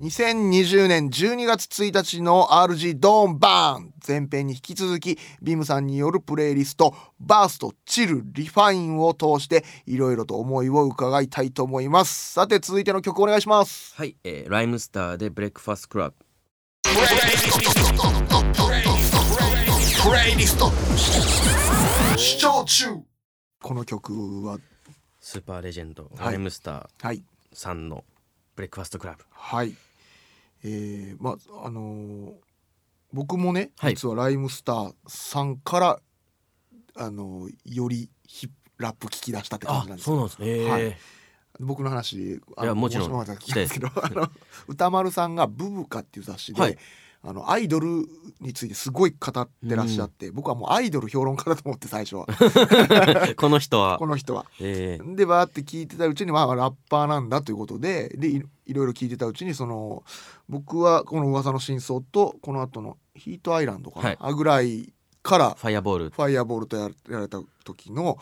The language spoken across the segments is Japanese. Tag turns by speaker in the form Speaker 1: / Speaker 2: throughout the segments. Speaker 1: 2020年12月1日の RG ドーンバーン前編に引き続きビームさんによるプレイリストバーストチルリファインを通していろいろと思いを伺いたいと思いますさて続いての曲お願いします
Speaker 2: はい、えーライムスターでブレックファーストクラブ
Speaker 1: プレイリスト視聴中この曲は
Speaker 2: スーパーレジェンド、
Speaker 1: はい
Speaker 2: ライムスタ
Speaker 1: はい
Speaker 2: ーさんのブレックファーストクラブ
Speaker 1: はいえー、まああのー僕もね、
Speaker 2: はい
Speaker 1: 実はライムスターさんからあのーよりヒップラップ聞き出したって感じなんですよ
Speaker 2: うなんですね、
Speaker 1: はい僕の話あの
Speaker 2: いやもちろん
Speaker 1: 面白かった聞いたんですけどあの 歌丸さんが「ブブカ」っていう雑誌で、
Speaker 2: はい
Speaker 1: あのアイドルについてすごい語ってらっしゃって、僕はもうアイドル評論家だと思って最初 は
Speaker 2: この人は
Speaker 1: この人は。
Speaker 2: えー
Speaker 1: でバーって聞いてたうちに、まあ、ラッパーなんだということででいいろいろ聞いてたうちにその僕はこの噂の真相とこの後のヒートアイランドかな、
Speaker 2: はい
Speaker 1: あぐらいから
Speaker 2: ファイアボール
Speaker 1: ファイアボールとややられた時の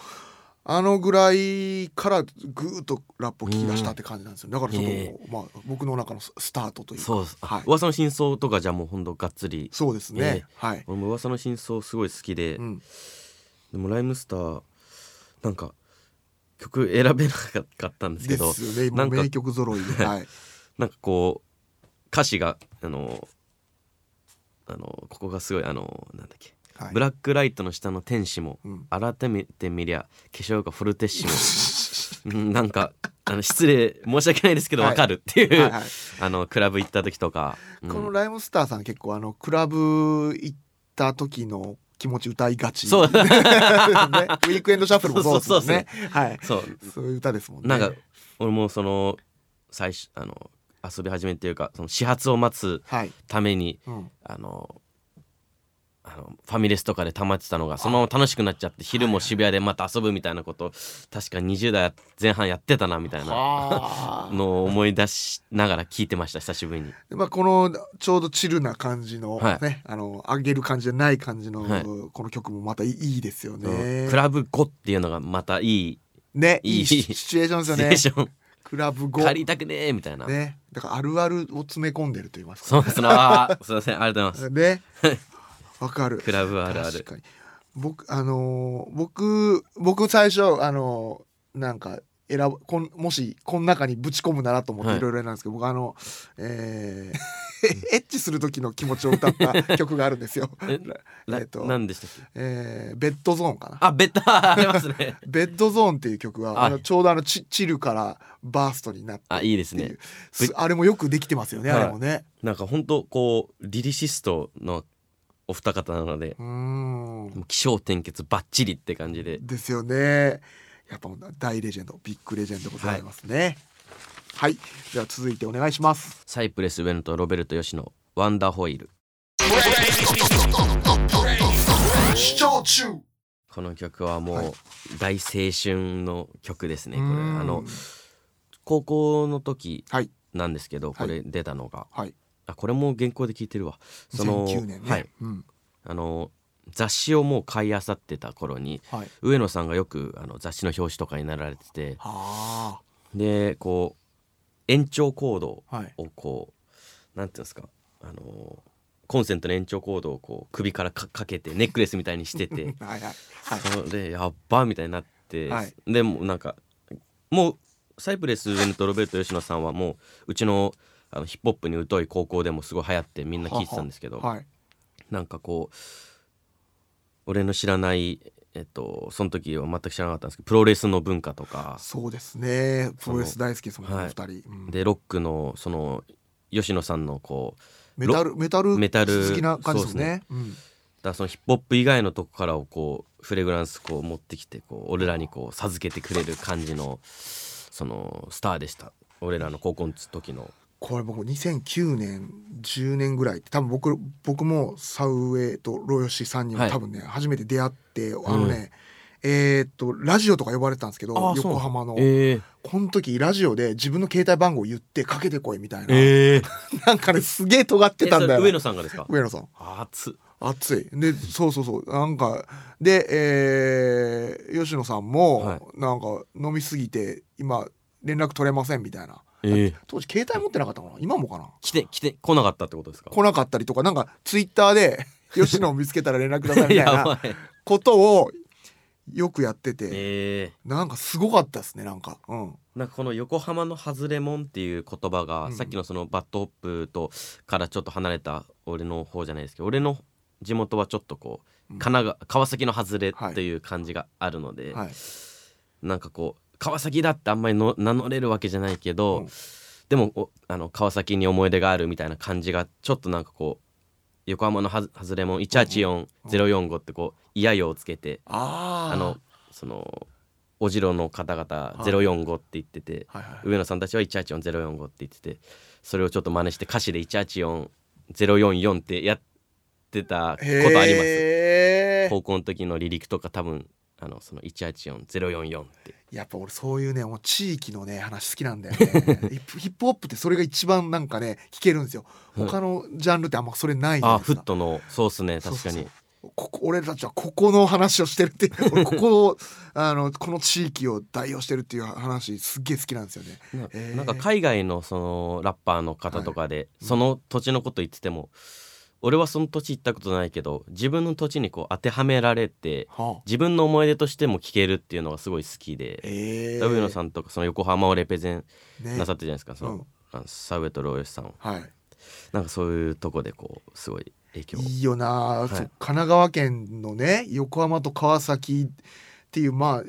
Speaker 1: あのぐらいからぐーっとラップを聞き出したって感じなんですよだからちょっと、
Speaker 2: へ
Speaker 1: まあ、僕の中のススタートというか
Speaker 2: そうです、
Speaker 1: はい
Speaker 2: 噂の真相とかじゃあもうほんとがっつり
Speaker 1: そうですね、はい、
Speaker 2: 俺も噂の真相すごい好きで、
Speaker 1: うん、
Speaker 2: でもライムスターなんか曲選べなかったんですけ
Speaker 1: で
Speaker 2: ど
Speaker 1: すよねも
Speaker 2: な
Speaker 1: うん
Speaker 2: か
Speaker 1: 名曲揃いで、はい、
Speaker 2: なんかこう歌詞があのあのここがすごいあのなんだっけ、
Speaker 1: はい
Speaker 2: ブラックライトの下の天使も、
Speaker 1: うん
Speaker 2: 改めて見りゃ化粧がフォルテッシモうん なんかあの失礼申し訳ないですけど
Speaker 1: はい
Speaker 2: わかるっていう、
Speaker 1: はいはい
Speaker 2: あのクラブ行った時とか、うん
Speaker 1: このライムスターさん結構あのクラブ行った時の気持ち歌いがち
Speaker 2: そう
Speaker 1: ねウィークエンドシャッフルもそうですもんねはい
Speaker 2: そう
Speaker 1: そういう歌ですもんね
Speaker 2: なんか俺もその最初あの遊び始めっていうかその始発を待つ
Speaker 1: はい、
Speaker 2: ために
Speaker 1: うん、
Speaker 2: あのあのファミレスとかで溜まってたのがそのまま楽しくなっちゃって昼も渋谷でまた遊ぶみたいなこと確か20代前半やってたなみたいな
Speaker 1: あー
Speaker 2: のを思い出しながら聞いてました久しぶりに。
Speaker 1: まあこのちょうどチルな感じのね、
Speaker 2: は
Speaker 1: あの上げる感じじゃない感じの、
Speaker 2: はい
Speaker 1: この曲もまたいいいいですよね
Speaker 2: クラブ5っていうのがまたいい
Speaker 1: ね
Speaker 2: いい
Speaker 1: いいシチュエーションです
Speaker 2: ス
Speaker 1: よ
Speaker 2: テー
Speaker 1: ね
Speaker 2: ション
Speaker 1: クラブ後
Speaker 2: 借りたくねえみたいな。
Speaker 1: ねだからあるあるを詰め込んでると言いますか
Speaker 2: そうですな。すいませんありがとうございます。
Speaker 1: ねわかる
Speaker 2: クラブあるあ
Speaker 1: 確
Speaker 2: る。
Speaker 1: かに僕あのー僕僕最初あのーなんか選ぶこんもしこの中にぶち込むならと思って
Speaker 2: はい
Speaker 1: いろいろなんですけど、僕あのえー エッチする時の気持ちを歌った曲があるんですよ。
Speaker 2: え
Speaker 1: え
Speaker 2: な
Speaker 1: っと
Speaker 2: なんでしたっけ
Speaker 1: えーベッドゾーンかな。
Speaker 2: あベタ ーありますね。
Speaker 1: ベッドゾーンっていう曲は、
Speaker 2: はい
Speaker 1: あのちょうどあのチチルからバーストになって
Speaker 2: あいいです
Speaker 1: ってい
Speaker 2: ね
Speaker 1: う。すあれもよくできてますよね、
Speaker 2: はい
Speaker 1: あれもね。
Speaker 2: なんか本当こうリリシストのお二方なので
Speaker 1: うーん
Speaker 2: もう起承転結バッチリって感じで
Speaker 1: ですよね。やっぱ大レジェンドビッグレジェンドでございますね。はい、では続いてお願いします。
Speaker 2: サイプレス上野とロベルト吉野ワンダーホイール
Speaker 1: 視聴中
Speaker 2: この曲はもう
Speaker 1: はい
Speaker 2: 大青春の曲ですねこれ
Speaker 1: うん
Speaker 2: あの高校の時
Speaker 1: はい
Speaker 2: なんですけどこれ出たのが
Speaker 1: はい
Speaker 2: あこれも原稿で聞いてるわその
Speaker 1: 2009年ね、
Speaker 2: はい
Speaker 1: うん
Speaker 2: あの雑誌をもう買い漁ってた頃に
Speaker 1: はい、
Speaker 2: 上野さんがよくあの雑誌の表紙とかになられてて
Speaker 1: あ
Speaker 2: でこう延長コード
Speaker 1: ーはい
Speaker 2: をこうなんていうんですかあのーコンセントの延長コードをこう首からかかけてネックレスみたいにし てて
Speaker 1: はいはいはい
Speaker 2: それやっばみたいになって、
Speaker 1: はい
Speaker 2: でもうなんかもうサイプレス上野とロベルト吉野さんはもううちのあのヒップホップに疎い高校でもすごい流行ってみんな聞いてたんですけど
Speaker 1: はい
Speaker 2: なんかこう俺の知らないえっとその時は全く知らなかったんですけどプロレスの文化とか
Speaker 1: そうですねプロレス大好きですもんね
Speaker 2: はい
Speaker 1: お二人、うん
Speaker 2: でロックのその吉野さんのこう
Speaker 1: メタルメタル
Speaker 2: メタル
Speaker 1: 好きな感じですもんねうん
Speaker 2: だからそのヒップホップ以外のとこからをこうフレグランスこう持ってきてこう俺らにこう授けてくれる感じのそのスターでした俺らの高校の時の
Speaker 1: これ僕2009年10年ぐらいって多分僕僕もサウエイとロヨシさんに
Speaker 2: は
Speaker 1: はい多分ね、初めて出会ってあのね、えーっとラジオとか呼ばれてたんですけど
Speaker 2: あーそう
Speaker 1: 横浜の、
Speaker 2: え
Speaker 1: この時ラジオで自分の携帯番号言ってかけてこいみたいな、
Speaker 2: ええ
Speaker 1: なんかねすげえ尖ってたんだよ
Speaker 2: 上野さんがですか
Speaker 1: 上野さん
Speaker 2: 熱っ
Speaker 1: 熱いでそうそうそうなんかで、えー吉野さんも、
Speaker 2: はい
Speaker 1: なんか飲みすぎて今連絡取れませんみたいな
Speaker 2: ええ
Speaker 1: 当時携帯持ってなかったかな今もかな
Speaker 2: 来て来て来なかったってことですか
Speaker 1: 来なかったりとかなんかツイッター で吉野を見つけたら連絡くださいみたい
Speaker 2: や
Speaker 1: な
Speaker 2: ばい
Speaker 1: ことをよくやってて
Speaker 2: ええ
Speaker 1: なんかすごかったですねなんかうん
Speaker 2: なんかこの横浜のハズレモンっていう言葉が、
Speaker 1: うん
Speaker 2: さっきのそのバッドホップとからちょっと離れた俺の方じゃないですけど俺の地元はちょっとこう、
Speaker 1: うん
Speaker 2: 神奈川川崎のハズレっていう感じがあるので、
Speaker 1: はい
Speaker 2: なんかこう川崎だってあんまりの名乗れるわけじゃないけど、
Speaker 1: うん
Speaker 2: でもおあの川崎に思い出があるみたいな感じがちょっとなんかこう横浜のハズハズレモン184045ってこう「いやよ」をつけて、
Speaker 1: あー
Speaker 2: あのそのおじろの方々
Speaker 1: い
Speaker 2: 045って言ってて。
Speaker 1: はいはい
Speaker 2: 上野さんたちは184045って言っててそれをちょっと真似して歌詞で184044ってやってたことあります
Speaker 1: へー
Speaker 2: 高校の時の離陸とか多分あのその184044って
Speaker 1: やっぱ俺そういうねもう地域のね話好きなんだよ ねヒップヒップホップってそれが一番なんかね聞けるんですよ
Speaker 2: うん
Speaker 1: 他のジャンルってあんまそれないじゃな
Speaker 2: あ
Speaker 1: いです
Speaker 2: フ
Speaker 1: か
Speaker 2: ットのそうっすね
Speaker 1: そうそ
Speaker 2: 確か
Speaker 1: うそう
Speaker 2: に
Speaker 1: ここ俺たちはここの話をしてるっていう 俺ここをあのこの地域を代表してるっていう話すっげえ好きなんですよね。
Speaker 2: な
Speaker 1: へー
Speaker 2: なんか海外のそのラッパーの方とかで、その土地のこと言ってても俺はその土地行ったことないけど自分の土地にこう当てはめられて
Speaker 1: はあ、
Speaker 2: 自分の思い出としても聞けるっていうのがすごい好きで、
Speaker 1: ええ
Speaker 2: 上野さんとかその横浜をレペゼン
Speaker 1: ね
Speaker 2: なさってるじゃないですか、その、
Speaker 1: うん
Speaker 2: あのサウエとローヨシさんを
Speaker 1: はい、
Speaker 2: なんかそういうとこでこうすごい影響
Speaker 1: いいよな、
Speaker 2: い
Speaker 1: そう神奈川県のね横浜と川崎っていうまあ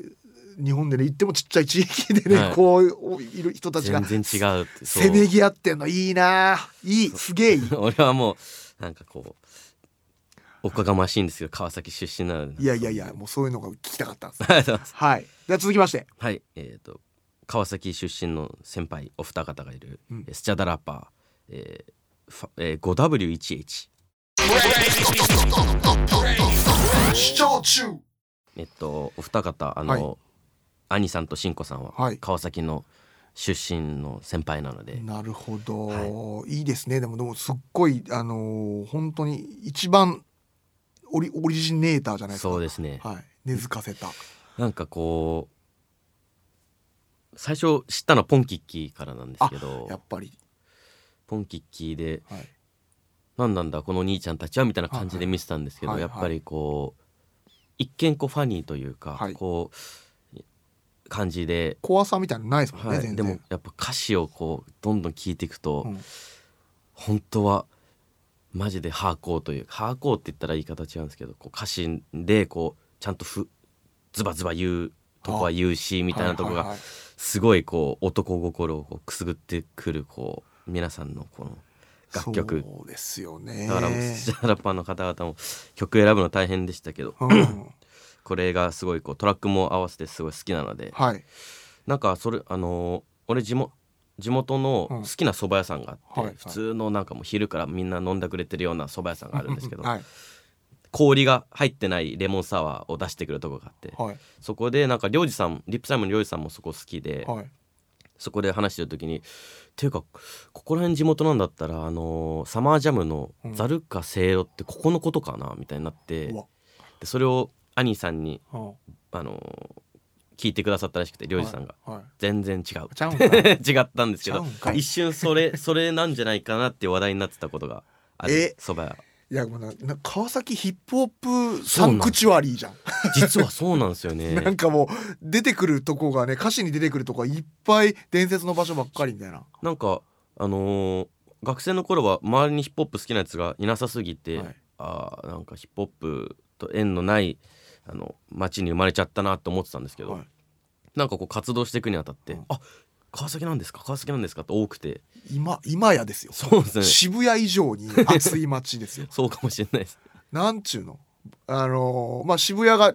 Speaker 1: 日本でね言ってもちっちゃい地域でね、
Speaker 2: はい
Speaker 1: こうおいる人たちが
Speaker 2: 全然違うってそう
Speaker 1: せめぎ合ってんのいいないいすげえいい
Speaker 2: 俺はもうなんかこうおこがましいんですけど川崎出身なので
Speaker 1: い やいやいやもうそういうのが聞きたかったんです。
Speaker 2: ありがとうございます
Speaker 1: はい、では続きまして
Speaker 2: はいえー、と川崎出身の先輩お二方がいる、
Speaker 1: うん
Speaker 2: えースチャダラッパー、えーファえー 5W1H
Speaker 1: 視聴中
Speaker 2: えっとお二方あの、
Speaker 1: はい
Speaker 2: 兄さんとしんこさんは
Speaker 1: はい
Speaker 2: 川崎の出身の先輩なので、
Speaker 1: なるほど、い、いですねでもでもすっごいあのー本当に一番オリオリジネーターじゃないですか
Speaker 2: そうですね、
Speaker 1: はい、根付かせた、
Speaker 2: なんかこう最初知ったのはポンキッキーからなんですけ
Speaker 1: やっ
Speaker 2: ど
Speaker 1: ぱり、
Speaker 2: ポンキッキーで
Speaker 1: はい、
Speaker 2: 何なんだこの兄ちゃんたちはみたいな感じで見てたんですけど、
Speaker 1: はいはい
Speaker 2: やっぱりこう一見こうファニーというか、
Speaker 1: はい
Speaker 2: こう感じで、
Speaker 1: 怖さみたいなのないですもんね、
Speaker 2: はい
Speaker 1: 全然
Speaker 2: でもやっぱ歌詞をこうどんどん聞いていくと、
Speaker 1: うん
Speaker 2: 本当はマジでハーコーというハーコーって言ったら言い方違うんですけどこう歌詞でこうちゃんとふズバズバ言うとこは言うしみたいなとこ
Speaker 1: は
Speaker 2: が
Speaker 1: いはいはい
Speaker 2: すごいこう男心をこうくすぐってくるこう皆さんのこの楽曲
Speaker 1: そうですよね
Speaker 2: だからもうスチャダラッパーの方々も曲選ぶの大変でしたけど
Speaker 1: うん、
Speaker 2: これがすごいこうトラックも合わせてすごい好きなので
Speaker 1: はい
Speaker 2: なんかそれあのー俺地元地元の好きな蕎麦屋さんがあ
Speaker 1: うん
Speaker 2: っ
Speaker 1: はい
Speaker 2: て普通のなんかもう昼からみんな飲んだくれてるような蕎麦屋さんがあるんですけど
Speaker 1: はい
Speaker 2: 氷が入ってないレモンサワーを出してくるとこがあって
Speaker 1: はい
Speaker 2: そこでなんか領事さんリップサイムの領事さんもそこ好きで
Speaker 1: はい
Speaker 2: そこで話してる時にっていうかここら辺地元なんだったらあのーサマージャムの
Speaker 1: うん
Speaker 2: ザルカセイロってここのことかなみたいになって、
Speaker 1: うわ
Speaker 2: でそれを兄さんに
Speaker 1: うん
Speaker 2: あのー聞いてくださったらしくて漁師さんが、
Speaker 1: はいは
Speaker 2: 全然違う
Speaker 1: い、ちゃうんかい
Speaker 2: 違ったんですけ
Speaker 1: ちゃ
Speaker 2: ど
Speaker 1: うんかい
Speaker 2: 一瞬それそれなんじゃないかなって話題になってたことがあ
Speaker 1: え
Speaker 2: るそば屋
Speaker 1: いやもうなな川崎ヒップホップ
Speaker 2: そう
Speaker 1: サ
Speaker 2: なん
Speaker 1: ンクチュアリーじゃん
Speaker 2: 実はそうなんですよ ね
Speaker 1: なんかもう出てくるとこがね歌詞に出てくるとこがいっぱい伝説の場所ばっかりみたいな。
Speaker 2: なんかあのー学生の頃は周りにヒップホップ好きなやつがいなさすぎて、
Speaker 1: はい
Speaker 2: あーなんかヒップホップと縁のないあの町に生まれちゃったなと思ってたんですけど、
Speaker 1: はい
Speaker 2: なんかこう活動していくにあたって、
Speaker 1: うん
Speaker 2: あ川崎なんですか川崎なんですかって多くて
Speaker 1: 今今やですよ。
Speaker 2: そうですね。
Speaker 1: 渋谷以上に熱い街ですよ
Speaker 2: そうかもしれないです
Speaker 1: なんちゅうのあのーまあ渋谷が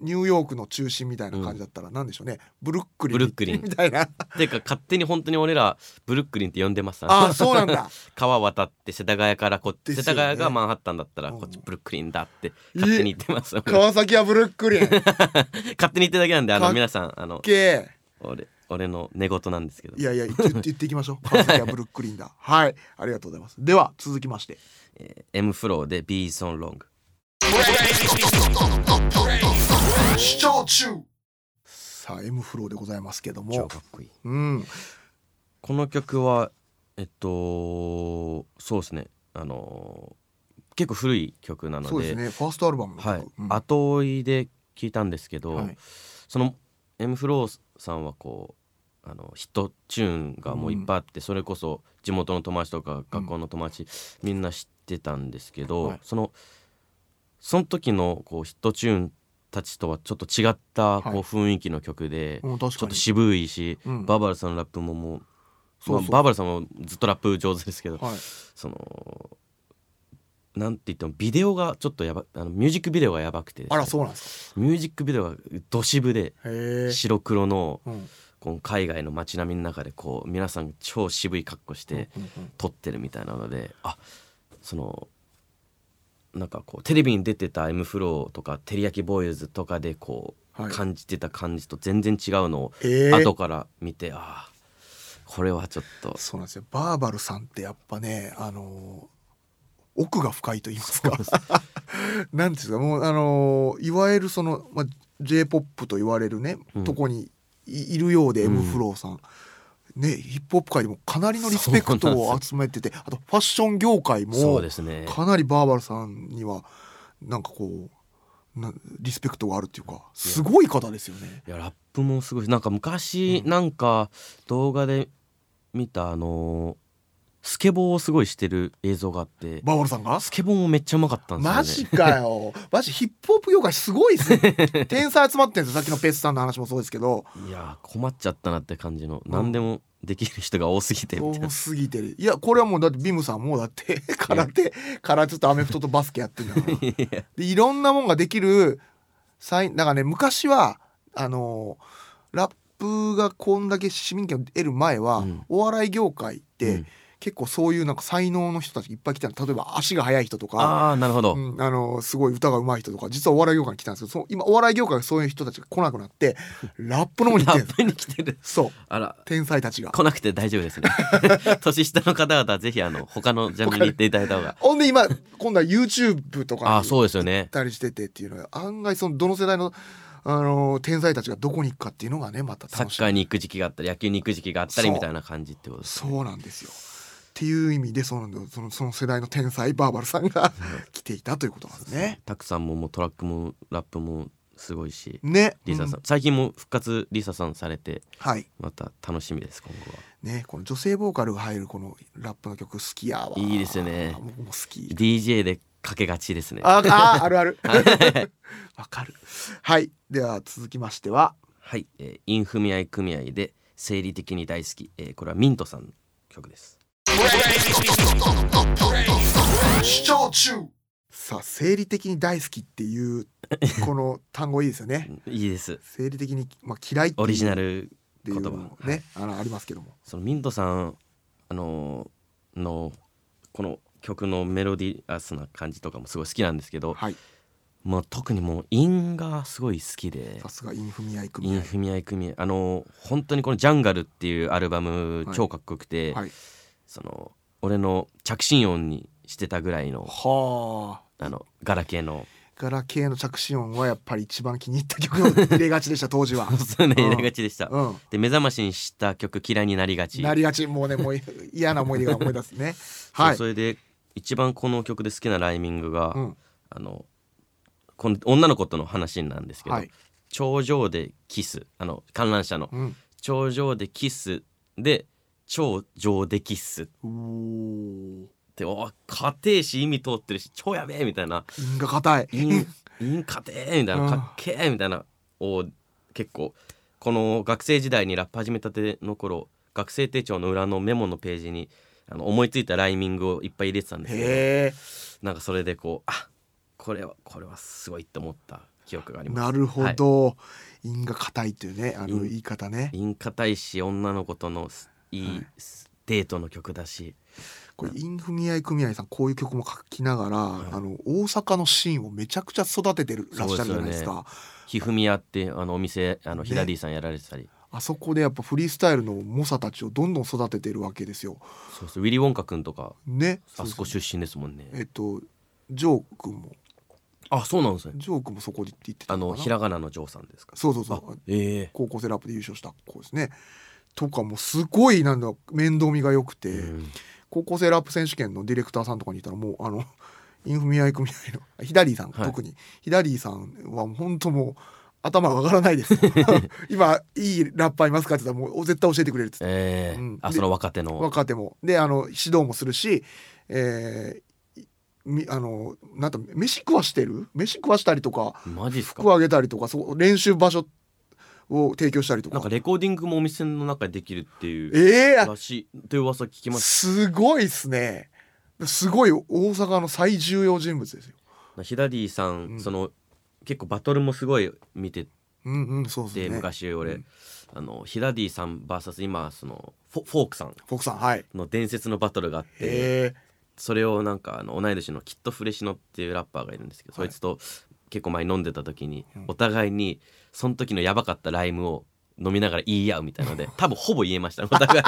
Speaker 1: ニューヨークの中心みたいな感じだったらなんでしょうね、ブルックリン
Speaker 2: ブルックリン
Speaker 1: みたいな
Speaker 2: ていうか勝手に本当に俺らブルックリンって呼んでました
Speaker 1: ああそうなんだ
Speaker 2: 川渡って世田谷からこっ
Speaker 1: で
Speaker 2: ち、
Speaker 1: すよね
Speaker 2: 世田谷がマンハッタンだったらこっち
Speaker 1: うん
Speaker 2: ブルックリンだって勝手に言ってます、
Speaker 1: 川崎はブルックリンかっ
Speaker 2: 勝手に言ってるだけなんであ
Speaker 1: か
Speaker 2: の
Speaker 1: っ
Speaker 2: 皆さんあの
Speaker 1: け
Speaker 2: 俺俺の寝言なんですけど
Speaker 1: ーいやいや言って言って言っていきましょう川崎はブルックリンだはいありがとうございますでは続きまして
Speaker 2: M フローで Be So Long
Speaker 1: 視聴中さあ M フローでございますけども
Speaker 2: 超かっこいい
Speaker 1: うん、
Speaker 2: この曲はえっとそうですねあの結構古い曲なので
Speaker 1: そうですねファーストアルバムの曲、
Speaker 2: はい
Speaker 1: うん
Speaker 2: 後追いで聞いたんですけど、
Speaker 1: はい
Speaker 2: その M フローさんはこうあのヒットチューンがもういっぱいあって、それこそ地元の友達とか学校の友達、みんな知ってたんですけど、
Speaker 1: はい
Speaker 2: そのその時のこうヒットチューンたちとはちょっと違ったこう
Speaker 1: はい
Speaker 2: 雰囲気の曲で、
Speaker 1: うん、確
Speaker 2: ちょ
Speaker 1: か
Speaker 2: っ
Speaker 1: に
Speaker 2: と渋いし、
Speaker 1: うん
Speaker 2: バーバラさんのラップももう
Speaker 1: そうそう
Speaker 2: まあバーバラさんもずっとラップ上手ですけど、
Speaker 1: はい、
Speaker 2: そのなんて言ってもビデオがちょっとやばあのミュージックビデオがやばくてですね
Speaker 1: あらそうなんです
Speaker 2: ミュージックビデオがど渋で
Speaker 1: かへえ、
Speaker 2: 白黒の
Speaker 1: うんうん
Speaker 2: この海外の街並みの中でこう皆さん超渋い格好して
Speaker 1: うん
Speaker 2: 撮ってるみたいなのであそのなんかこうテレビに出てた「m フローとか「テリヤキボーイズ」とかでこ
Speaker 1: は
Speaker 2: う
Speaker 1: い
Speaker 2: 感じてた感じと全然違うのを
Speaker 1: えー
Speaker 2: 後から見て、あーこれはちょっと
Speaker 1: そうなんですよバーバルさんってやっぱねあのー奥が深いと言いますか なんですかもうあのーいわゆるその、まあ、j p o p と言われるね、
Speaker 2: うん
Speaker 1: とこにいいるようで、
Speaker 2: うん
Speaker 1: m フローさん。ね、ヒップホップ界でもかなりのリスペクトを集めててあとファッション業界
Speaker 2: そ
Speaker 1: も
Speaker 2: うですね
Speaker 1: かなりバーバルさんにはなんかこうなリスペクトがあるっていうかすごい方ですよね。
Speaker 2: いやラップもすごいなんか昔、
Speaker 1: うん
Speaker 2: なんか動画で見たあのスケボーをすごいしてる映像があって
Speaker 1: バーバルさんが
Speaker 2: スケボーもめっちゃうまかったんですよね
Speaker 1: マジかよ。マジヒップホップ業界すごいです ね。天才集まってるんですよ。さっきのペスさんの話もそうですけど、
Speaker 2: いやー困っちゃったなって感じの、何でもできる人が多すぎてみたいな
Speaker 1: 多すぎてる。いや、これはもうだってビムさんもうだって 空手、空手とアメフトとバスケやってんだから。
Speaker 2: いや
Speaker 1: で、いろんなもんができる才、なんかね、昔は、あのーラップがこんだけ市民権を得る前は、
Speaker 2: うん
Speaker 1: お笑い業界って、
Speaker 2: うん
Speaker 1: 結構そういうなんか才能の人たちいっぱい来たの例えば足が速い人とか
Speaker 2: ああなるほど、
Speaker 1: うん、あのすごい歌が上手い人とか実はお笑い業界に来たんですけどその今お笑い業界がそういう人たちが来なくな ってラップの方に行って
Speaker 2: ラ
Speaker 1: んで
Speaker 2: ップに来てる
Speaker 1: すそう
Speaker 2: あら
Speaker 1: 天才たちが
Speaker 2: 来なくて大丈夫 ですね年下の方々はぜひあの他のジャンルに行っていただいた方が
Speaker 1: ほんで今今度は YouTube と
Speaker 2: あ
Speaker 1: か
Speaker 2: あ
Speaker 1: に
Speaker 2: そ
Speaker 1: 行
Speaker 2: うですよね
Speaker 1: ったりしててっていうのは案外そのどの世代の、あの天才たちがどこに行くかっていうのがねまた
Speaker 2: サ
Speaker 1: 楽
Speaker 2: ッ
Speaker 1: し
Speaker 2: カ
Speaker 1: い
Speaker 2: ーに行く時期があったり野球に行く時期があったり
Speaker 1: そう
Speaker 2: みたいな感じってことですね
Speaker 1: そうなんですよっていう意味でそのそのその世代の天才バーバルさんが来ていたということなんですね。
Speaker 2: たくさんももうトラックもラップもすごいし
Speaker 1: ね。
Speaker 2: リサさん、
Speaker 1: うん
Speaker 2: 最近も復活リサさんされて
Speaker 1: はい。
Speaker 2: また楽しみです今後は
Speaker 1: ねこの女性ボーカルが入るこのラップの曲好きやわ。
Speaker 2: いいですよね
Speaker 1: 僕も好き。
Speaker 2: DJ でかけがちですね
Speaker 1: あああるある。 わかる。はい。では続きましては、
Speaker 2: はい、えー、インフミアイ組合で生理的に大好き、えー、これはミントさんの曲です
Speaker 1: さあ生理的に大好きっていう この単語いいですよね
Speaker 2: う。んいいです
Speaker 1: 生理的にまあ嫌いっていう
Speaker 2: オリジナ
Speaker 1: っ
Speaker 2: ル
Speaker 1: ていうの
Speaker 2: 言
Speaker 1: も
Speaker 2: 葉
Speaker 1: ね、あのありますけども。
Speaker 2: そのミントさんあのーのこの曲のメロディアスな感じとかもすごい好きなんですけど、
Speaker 1: はい。
Speaker 2: まあ、特にもう韻がすごい好きで
Speaker 1: さすがインフミアイ
Speaker 2: イ
Speaker 1: 組
Speaker 2: ン
Speaker 1: 合。
Speaker 2: フミアイ組合あの本当にこの「ジャンガル」っていうアルバム
Speaker 1: はい
Speaker 2: 超かっこよくて、
Speaker 1: はい。
Speaker 2: その俺の着信音にしてたぐらいの
Speaker 1: はあ。
Speaker 2: あのガラケ ーの。
Speaker 1: ガラ系の着信音はやっぱり一番気に入った曲を入れがちでした当時は
Speaker 2: そうね入れがちでした、
Speaker 1: うん。
Speaker 2: で目覚ましにした曲嫌いになりがち
Speaker 1: なりがちもうねもう嫌な思い出が思い出すね。
Speaker 2: そう
Speaker 1: はい
Speaker 2: そ。れで一番この曲で好きなライミングが、
Speaker 1: うん。
Speaker 2: あのこの女の子との話なんですけど、
Speaker 1: はい。
Speaker 2: 頂上でキスあの観覧車の
Speaker 1: うん。
Speaker 2: 頂上でキスで頂上でキスっ
Speaker 1: おお。
Speaker 2: てお家庭詞意味通ってるし超やべえみた いな
Speaker 1: 因が硬い。
Speaker 2: 陰陰家庭みたい
Speaker 1: うん
Speaker 2: なかっけえみたいなを結構この学生時代にラップ始めたての頃学生手帳の裏のメモのページにあの思いついたライミングをいっぱい入れてたんですけ
Speaker 1: へ
Speaker 2: どなんかそれでこうあこれはこれはすごいって思った記憶があ
Speaker 1: え
Speaker 2: ります。
Speaker 1: なるほど、因が硬いというねあの
Speaker 2: 因
Speaker 1: 言い方ね
Speaker 2: 陰家大使女の子とのい
Speaker 1: はい
Speaker 2: いデートの曲だし、
Speaker 1: これ因組合組合さんこういう曲も書きながら、あの大阪のシーンをめちゃくちゃ育ててるらっしゃるじゃないですか
Speaker 2: そうひふみやってあのお店あの
Speaker 1: ね
Speaker 2: ひらりさんやられてたり、
Speaker 1: あそこでやっぱフリースタイルの猛者たちをどんどん育ててるわけですよ。
Speaker 2: そうそうウィリー・ウォンカ君とか
Speaker 1: ね。
Speaker 2: あそこ出身ですもんね。
Speaker 1: えっとジョー君も
Speaker 2: あそうなんですね。
Speaker 1: ジョー君もそこで行ってた
Speaker 2: あ
Speaker 1: の
Speaker 2: の
Speaker 1: かな
Speaker 2: ひらがなのジョーさんですか。
Speaker 1: そうそうそ
Speaker 2: あ
Speaker 1: う
Speaker 2: ええ
Speaker 1: 高校生ラップで優勝した子ですね。とかもすごいなんだ面倒見が良くて、
Speaker 2: うん
Speaker 1: 高校生ラップ選手権のディレクターさんとかにいたらもうあの インフミヤイクみたいなヒダリーさん、
Speaker 2: はい
Speaker 1: 特にヒダリーさんは本当もう頭が上がらないです 今いいラッパーいますかって言ったらもう絶対教えてくれるって言って
Speaker 2: ええ
Speaker 1: うん
Speaker 2: あ
Speaker 1: で
Speaker 2: その若手の
Speaker 1: 若手もであの指導もするしえーみあのなんと飯食わしてる飯食わしたりとか
Speaker 2: マジっす
Speaker 1: 服
Speaker 2: か
Speaker 1: 上げたりとかそう練習場所を提供したりと
Speaker 2: な
Speaker 1: か
Speaker 2: んかレコーディングもお店の中でできるっていう
Speaker 1: ええ
Speaker 2: らしいという噂聞きまし
Speaker 1: すごいっすねすごい大阪の最重要人物ですよ
Speaker 2: たヒダディさん、
Speaker 1: うん
Speaker 2: その結構バトルもすごい見て
Speaker 1: うんうんそうです
Speaker 2: て、
Speaker 1: ね
Speaker 2: 昔俺、
Speaker 1: うん
Speaker 2: あのヒダディさん VS 今そのフォフォークさん
Speaker 1: フォークさんはい
Speaker 2: の伝説のバトルがあって
Speaker 1: へえ
Speaker 2: それをなんかあの同い年のキットフレシノっていうラッパーがいるんですけど、
Speaker 1: はい
Speaker 2: そいつと結構前に飲んでた時に、
Speaker 1: うん
Speaker 2: お互いにその時のやばかったライムを飲みながら言い合うみたいので多分ほぼ言えました お互い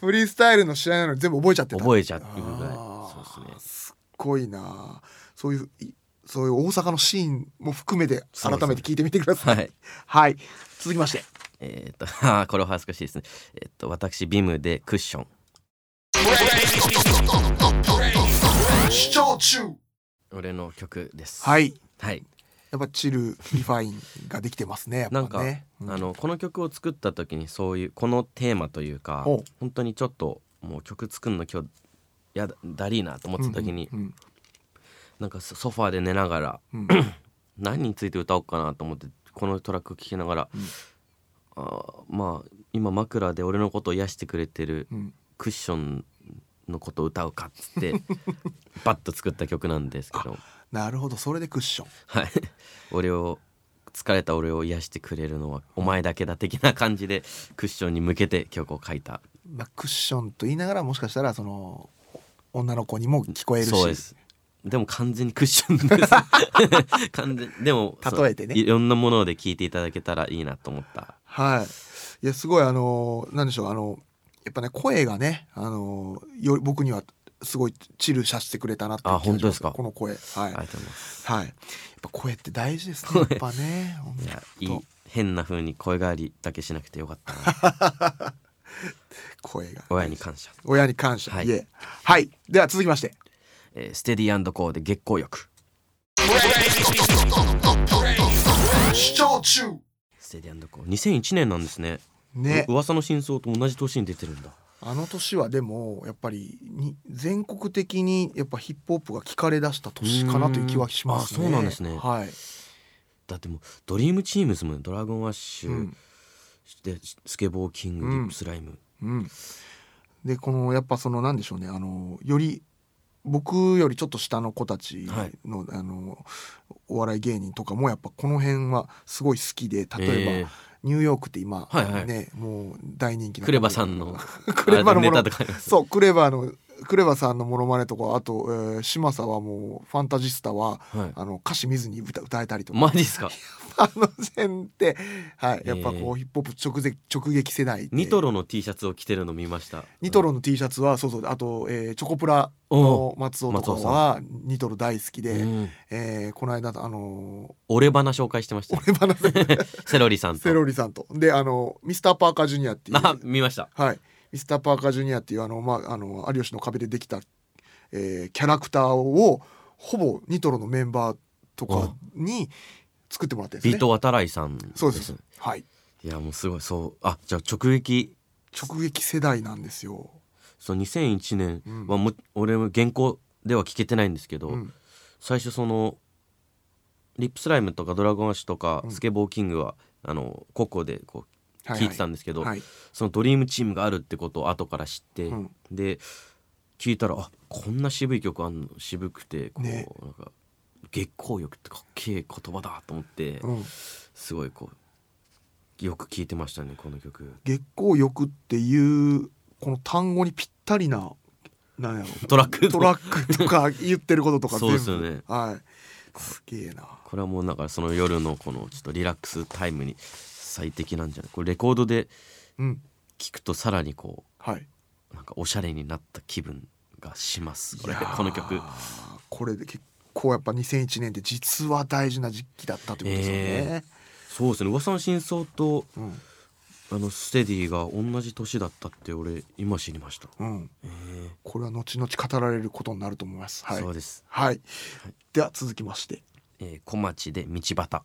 Speaker 1: フリースタイルの試合なのに全部覚えちゃってた
Speaker 2: 覚えちゃうぐらい
Speaker 1: あー
Speaker 2: そうですね
Speaker 1: すっごいなそういういそういう大阪のシーンも含めて
Speaker 2: そう
Speaker 1: 改
Speaker 2: ですね
Speaker 1: めて聞いてみてくだ さい
Speaker 2: はい
Speaker 1: はい続きまして
Speaker 2: えっと あーこれは恥ずかしいですねえっ、と私ビムでクッション
Speaker 1: 視聴中
Speaker 2: 俺の曲です
Speaker 1: はい
Speaker 2: はい
Speaker 1: やっぱチルリファインができてますねやっぱ
Speaker 2: なんか、
Speaker 1: ねう
Speaker 2: あのこの曲を作った時にそういうこのテーマというか
Speaker 1: ほう
Speaker 2: 本当にちょっともう曲作るの今日やだだりーなと思ってた時に、
Speaker 1: うん
Speaker 2: なんかソソファーで寝ながら
Speaker 1: うんうん
Speaker 2: 何について歌おうかなと思ってこのトラック聴きながら、
Speaker 1: うん
Speaker 2: あーまあ今枕で俺のことを癒してくれてる
Speaker 1: うん
Speaker 2: クッションのことを歌うかっつって バッと作った曲なんですけど、
Speaker 1: なるほどそれでクッション
Speaker 2: はい、 俺を疲れた俺を癒してくれるのはお前だけだ的な感じでクッションに向けて曲を書いた
Speaker 1: まあ、クッションと言いながらもしかしたらその女の子にも聞こえるし
Speaker 2: そうですでも完全にクッションです 完全でもそう
Speaker 1: 例えてね
Speaker 2: いろんなもので聴いていただけたらいいなと思った
Speaker 1: はいいやすごいあのなんでしょうあのやっぱね声がねあのより僕にはすごいチルさせてくれたなっていう気が
Speaker 2: あ本当ですか
Speaker 1: しますこの声はい、
Speaker 2: ありがとうございます
Speaker 1: はい、やっぱ声って大事ですねやっぱねほんと
Speaker 2: いやいい変な風に声変わりだけしなくてよかったな
Speaker 1: 声が
Speaker 2: 親に感謝、
Speaker 1: 親に感謝、、
Speaker 2: はいい
Speaker 1: えはいでは続きまして
Speaker 2: えーステディコーで月光浴
Speaker 1: 視聴中
Speaker 2: ステディコー2001年なんですね
Speaker 1: ね
Speaker 2: う噂の真相と同じ年に出てるんだ
Speaker 1: あの年はでもやっぱりに全国的にやっぱヒップホップが聞かれ出した年かなという気はしますね。
Speaker 2: うーんあそうなんですね
Speaker 1: はい。
Speaker 2: だってもうドリームチームズもドラゴンアッシュ、
Speaker 1: うん
Speaker 2: でスケボーキング
Speaker 1: う
Speaker 2: リ
Speaker 1: ん
Speaker 2: ップスライム、
Speaker 1: うん。でこのやっぱそのなんでしょうねあのより僕よりちょっと下の子たちの、あのお笑い芸人とかもやっぱこの辺はすごい好きで例えば、
Speaker 2: えー
Speaker 1: ニューヨークって今、
Speaker 2: はいはい
Speaker 1: ねもう大人気な
Speaker 2: クレバさんの
Speaker 1: クレバの
Speaker 2: あれ
Speaker 1: も
Speaker 2: ネ
Speaker 1: の
Speaker 2: タとかあります
Speaker 1: そうクレバのクレバさんのモノマネとかあと、えー、嶋佐はもうファンタジスタは
Speaker 2: はい
Speaker 1: あの歌詞見ずに歌歌えたりとか、
Speaker 2: マジっすか
Speaker 1: あの辺って、はい、やっぱ
Speaker 2: え
Speaker 1: こ
Speaker 2: ー
Speaker 1: うヒップホップ直撃直撃世代で
Speaker 2: ニトロの T シャツを着てるの見ました
Speaker 1: ニトロの T シャツはそうそうあと、えーチョコプラの松尾とか
Speaker 2: 松尾さん
Speaker 1: はニトロ大好きで、
Speaker 2: うん
Speaker 1: えーこの間あの
Speaker 2: 俺花紹介してましたよ
Speaker 1: ー、レバナ
Speaker 2: セロリさん
Speaker 1: セ
Speaker 2: と
Speaker 1: ロリさんとであのミスターパーカージュニアっていう、
Speaker 2: あ見ました
Speaker 1: はい、ミスターパーカージュニアっていうあの、まあ、あの有吉の壁でできた、えーキャラクターをほぼニトロのメンバーとかに作ってもらってるんです
Speaker 2: ビ
Speaker 1: ね。
Speaker 2: ート渡来さんです
Speaker 1: そうです、はい、
Speaker 2: いやもうすごいそうあじゃあ直撃
Speaker 1: 直撃世代なんですよ。
Speaker 2: そう2001年
Speaker 1: うん
Speaker 2: はもう、俺も原稿では聞けてないんですけど、
Speaker 1: うん
Speaker 2: 最初そのリップスライムとかドラゴンアッシュとか、スケボーキングはあの個々でこう聞いてたんですけど、
Speaker 1: はい、
Speaker 2: そのドリームチームがあるってことを後から知って、
Speaker 1: うん
Speaker 2: で聞いたらあこんな渋い曲あんの渋くてこう、
Speaker 1: ね
Speaker 2: なんか月光浴ってかっけえ言葉だと思って、
Speaker 1: うん、
Speaker 2: すごいこうよく聞いてましたねこの曲
Speaker 1: 月光浴っていうこの単語にぴったりななんやろ
Speaker 2: トラック
Speaker 1: トラックとか言ってることとか
Speaker 2: そうですよね
Speaker 1: 全部はい、すげえな。
Speaker 2: これはもうだからその夜のこのちょっとリラックスタイムに最適なんじゃないこれレコードで
Speaker 1: うん、
Speaker 2: 聞くとさらにこ
Speaker 1: はい。
Speaker 2: うなんかおしゃれになった気分がしますこ
Speaker 1: い
Speaker 2: れ
Speaker 1: やー
Speaker 2: この曲
Speaker 1: これで結構やっぱ2001年って実は大事な時期だったということですよね、
Speaker 2: そうですね噂の真相と
Speaker 1: うん
Speaker 2: あのステディが同じ年だったって俺今知りました、
Speaker 1: うん、
Speaker 2: え
Speaker 1: これは後々語られることになると思います。
Speaker 2: ー
Speaker 1: はい
Speaker 2: そう。です、
Speaker 1: はい。では続きまして。
Speaker 2: えー、小町で道端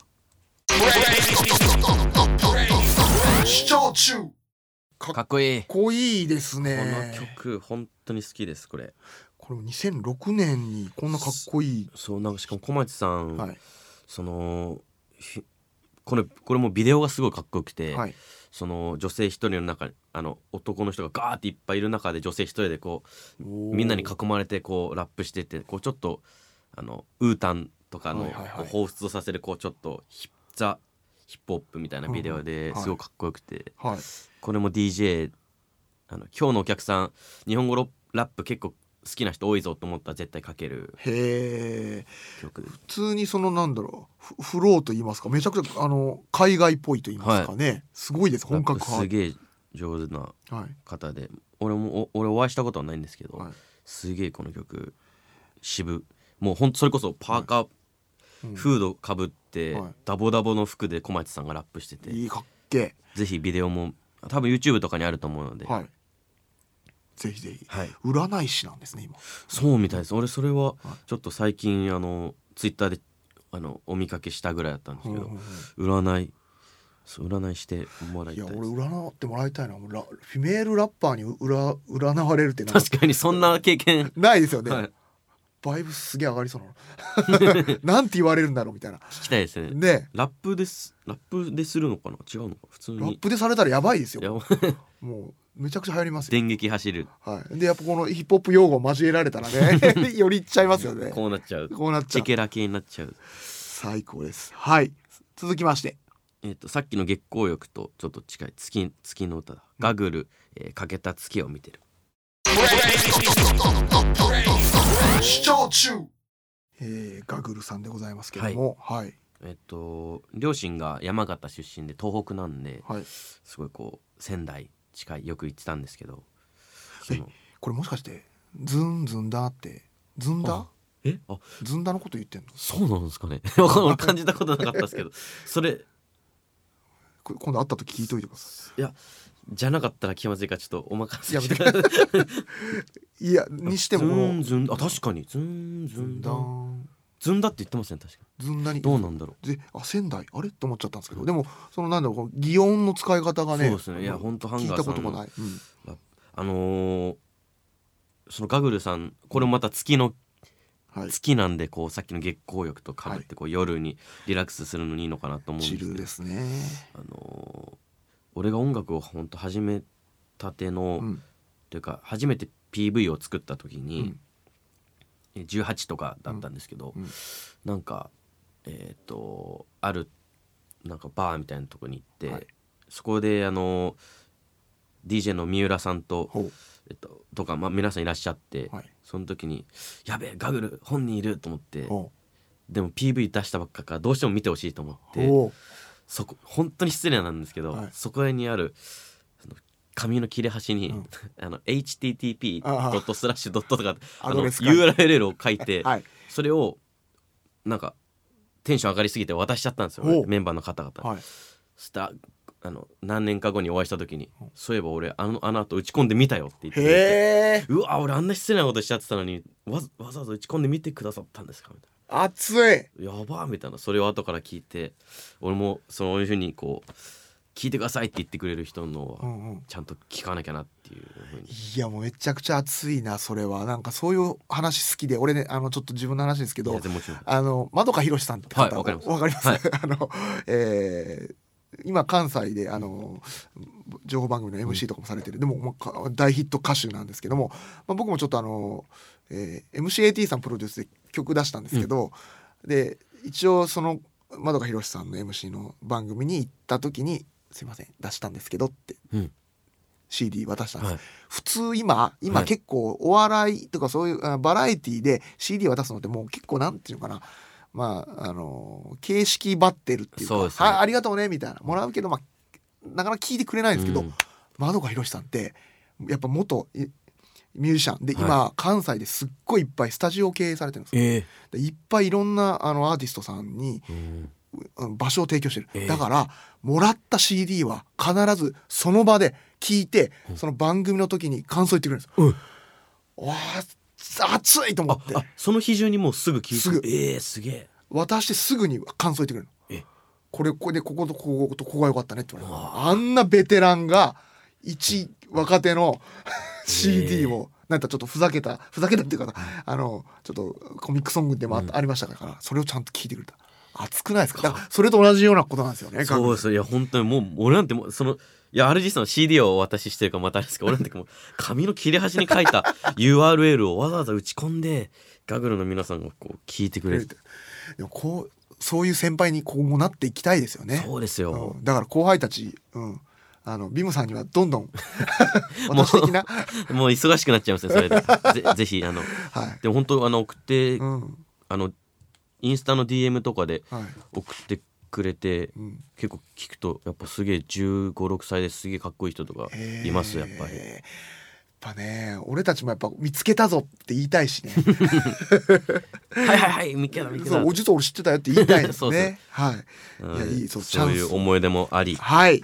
Speaker 1: 視聴中。
Speaker 2: かっこいい、
Speaker 1: 濃いです
Speaker 2: この
Speaker 1: ね。
Speaker 2: 曲本当に好きですこれ
Speaker 1: これも2006年にこんなかっこいい。
Speaker 2: そうなんかしかも小町さん、
Speaker 1: はい。
Speaker 2: そのひこれこれもビデオがすごいかっこよくて、
Speaker 1: はい。
Speaker 2: その女性一人の中にあの男の人がガーっていっぱいいる中で女性一人でこうみんなに囲まれてこうラップしててこうちょっとあのウータンとかの
Speaker 1: はいはいはい
Speaker 2: こう彷彿とさせるこうちょっとヒッザヒップホップみたいなビデオ
Speaker 1: うんうん
Speaker 2: で
Speaker 1: はい
Speaker 2: すごいかっこよくて、
Speaker 1: はい。
Speaker 2: これも DJ あの今日のお客さん日本語ロラップ結構好きな人多いぞと思ったら絶対かける
Speaker 1: へえ。
Speaker 2: 曲
Speaker 1: 普通にそのなんだろうフフローと言いますかめちゃくちゃあの海外っぽいと言いますかね、すごいです本格
Speaker 2: ラップす
Speaker 1: 派
Speaker 2: げえ上手な
Speaker 1: はい
Speaker 2: 方で俺もお俺お会いしたことはないんですけど、
Speaker 1: はい
Speaker 2: すげえこの曲渋もうほんとそれこそパーカー、
Speaker 1: うん
Speaker 2: フードかぶって、
Speaker 1: はい
Speaker 2: ダボダボの服で小町さんがラップしてて、
Speaker 1: いいかっけ
Speaker 2: ぜひビデオも多分 YouTube とかにあると思うので、
Speaker 1: えはいぜひぜひ
Speaker 2: はい
Speaker 1: 占い師なんですね今
Speaker 2: そうみたいです俺それはちょっと最近あのツイッターであのお見かけしたぐらいだったんですけど、
Speaker 1: うんうん
Speaker 2: 占いそう占いしてもらい
Speaker 1: い
Speaker 2: たい
Speaker 1: や
Speaker 2: です
Speaker 1: 俺占ってもらいたいなもうラフィメールラッパーにうら占われるってなんか
Speaker 2: 確かにそんな経験
Speaker 1: ない ですよね、
Speaker 2: はい
Speaker 1: バイブスすげえ上がりそうなの なんて言われるんだろうみたいな
Speaker 2: 聞きたいですね
Speaker 1: ね
Speaker 2: ラップですラップでするのかな違うのか普通
Speaker 1: えラッ
Speaker 2: に
Speaker 1: プでされたらやばいです
Speaker 2: いや
Speaker 1: よもうめちゃくちゃ流行りますよ
Speaker 2: 電撃走る
Speaker 1: はい、でやっぱこのヒップホップ用語を交えられたら ねよりいっちゃいますよね
Speaker 2: こうなっちゃう
Speaker 1: こうなっち
Speaker 2: チ
Speaker 1: ゃ
Speaker 2: ェ
Speaker 1: う
Speaker 2: ケラ系になっちゃう、
Speaker 1: 最高ですはい続きまして
Speaker 2: えー、とさっきの月光浴とちょっと近い月月の歌だガグル、えー、欠けた月を見てる
Speaker 1: 視聴中えー、ガグルさんでございますけどもはい
Speaker 2: えっ、と両親が山形出身で東北なんで
Speaker 1: はい、
Speaker 2: すごいこう仙台近いよく行ってたんですけどその
Speaker 1: これもしかしてズンズンだってズンダ
Speaker 2: あえあ
Speaker 1: ズンダのこと言ってんの
Speaker 2: そうなんですかね わかんない俺感じたことなかったですけどそれ
Speaker 1: こ今度会った時聞いといてくださ
Speaker 2: いやじゃなかったら気まずいからちょっとお任せ
Speaker 1: やめていいやにしてもこ
Speaker 2: ズン
Speaker 1: の
Speaker 2: ズンあ確かにズンズ
Speaker 1: ズン
Speaker 2: ン
Speaker 1: ダ
Speaker 2: だ
Speaker 1: ン
Speaker 2: ズンだって言ってますね確かに
Speaker 1: ズンダに
Speaker 2: どうなんだろ
Speaker 1: であ仙台あれって思っちゃったんですけどでもそのなんだろうこの擬音の使い方がね
Speaker 2: そうですねいやほんとハンガー
Speaker 1: 聞いたこと
Speaker 2: さん
Speaker 1: がない、うん
Speaker 2: うラあのーそのガグルさんこれもまた月の
Speaker 1: はい、
Speaker 2: 月なんでこうさっきの月光浴とかぶってこう夜にリラックスするのにいいのかなと思うん
Speaker 1: チ
Speaker 2: です
Speaker 1: ル
Speaker 2: けど
Speaker 1: ですね、
Speaker 2: あのー俺が音楽を本当始めたての、
Speaker 1: うん、
Speaker 2: というか初めて PV を作った時
Speaker 1: う
Speaker 2: に
Speaker 1: ん、
Speaker 2: え18とかだったんですけど、
Speaker 1: うんうん
Speaker 2: なんかえっ、とあるなんかバーみたいなとこに行って、
Speaker 1: はい
Speaker 2: そこであの DJ の三浦さんと
Speaker 1: ほう
Speaker 2: えっと、とか、まあ、皆さんいらっしゃって、
Speaker 1: はい
Speaker 2: その時に「やべえガグル本人いる!」と思って
Speaker 1: ほ
Speaker 2: でも PV 出したばっかからどうしても見てほしいと思っ
Speaker 1: う
Speaker 2: て
Speaker 1: ほ
Speaker 2: そこ本当に失礼なんですけど、
Speaker 1: はい
Speaker 2: そこにあるその紙の切れ端に、
Speaker 1: うん
Speaker 2: あの HTTP
Speaker 1: ああ
Speaker 2: ドットスラッシュドットとか
Speaker 1: ア
Speaker 2: あ
Speaker 1: ド
Speaker 2: の
Speaker 1: レス管理
Speaker 2: URL を書いうて、
Speaker 1: はい
Speaker 2: それをなんかテンション上がりすぎて渡しちゃったんですよ
Speaker 1: おう
Speaker 2: メンバーの方々に。
Speaker 1: はい
Speaker 2: そしたらあの何年か後にお会いした時に「そういえば俺あのあの後打ち込んでみたよ」って言ってくれて
Speaker 1: へえ
Speaker 2: うわ俺あんな失礼なことしちゃってたのにわざわざわざ打ち込んでみてくださったんですかみた
Speaker 1: 熱い
Speaker 2: いなやばーみたいなそれを後から聞いて俺もそういうふうにこう聞いてくださいって言ってくれる人の
Speaker 1: う
Speaker 2: は
Speaker 1: んうん
Speaker 2: ちゃんと聞かなきゃなっていうふうに
Speaker 1: いやもうめちゃくちゃ熱いなそれはなんかそういう話好きで俺ねあのちょっと自分の話ですけ
Speaker 2: い
Speaker 1: ど
Speaker 2: やでもちろん
Speaker 1: あの窓かひろしさんって方
Speaker 2: はいわかります
Speaker 1: わかります、 あのえー今関西であの情報番組の MC とかもされてる、でももうか大ヒット歌手なんですけども、まあ、僕もちょっとあの、えー MCAT さんプロデュースで曲出したんですけど、で一応その窓かひろしさんの MC の番組に行った時に「すいません出したんですけど」って
Speaker 2: うん
Speaker 1: CD 渡したんです、
Speaker 2: はい
Speaker 1: 普通今今
Speaker 2: はい
Speaker 1: 結構お笑いとかそういうあバラエティで CD 渡すのってもう結構なんていうのかなまああのー形式ばってるっていうか
Speaker 2: そうですね
Speaker 1: はいありがとうね」みたいなもらうけど、まあ、なかなか聞いてくれないんですけど、
Speaker 2: うん
Speaker 1: 窓川宏さんってやっぱ元いミュージシャンで
Speaker 2: はい
Speaker 1: 今、関西ですっごいいっぱいスタジオを経営されてるんですよ
Speaker 2: え
Speaker 1: でいっぱいいろんなあのアーティストさんに
Speaker 2: えうん
Speaker 1: うん場所を提供してる、
Speaker 2: ええ
Speaker 1: だからもらった CD は必ずその場で聞いて、その番組の時に感想言ってくれるんです、
Speaker 2: うん
Speaker 1: わあ熱いと思
Speaker 2: あ
Speaker 1: って
Speaker 2: あその日中にもうすぐ聞いて
Speaker 1: すぐ
Speaker 2: ええすげえ
Speaker 1: 渡してすぐに感想言ってくれるの
Speaker 2: え
Speaker 1: これこれでこことこことここが良かったねって言われるあんなベテランが一若手の CD をなんかちょっとふざけたふざけたっていうかあのちょっとコミックソングでもあ,、ありましたからそれをちゃんと聞いてくれた熱くないですかだからそれと同じようなことなんですよね
Speaker 2: そううそういや本当にもう俺なんてもうそのいや RG さんの CD をお渡ししてるからまたあれですけど俺なんてもう紙の切れ端に書 いた URL をわざわざ打ち込んでガグルの皆さんがこう聞いてくれる
Speaker 1: でもこうそういう先輩に今後なっていきたいですよね
Speaker 2: そうですよ
Speaker 1: うんだから後輩たち、うん、あのビムさんにはどんど ん私的な、
Speaker 2: もう忙しくなっちゃいますねそれで ぜぜひあの
Speaker 1: はい
Speaker 2: でも本当あの送って
Speaker 1: うん
Speaker 2: あのインスタの DM とかで
Speaker 1: はい
Speaker 2: 送ってくれて
Speaker 1: うん、
Speaker 2: 結構聞くとやっぱすげえ1 5六6歳ですげえかっこいい人とかいますやっぱり
Speaker 1: やっぱね俺たちもやっぱ見つけたぞって言いたいしね
Speaker 2: はいはいはい見っけだ見っけ
Speaker 1: そ
Speaker 2: だ
Speaker 1: うおじと俺知ってたよって言いたいです
Speaker 2: そうそう
Speaker 1: ねはい、いやいいそうチャ
Speaker 2: そう
Speaker 1: ン
Speaker 2: い
Speaker 1: ス
Speaker 2: う思い出もあり
Speaker 1: はい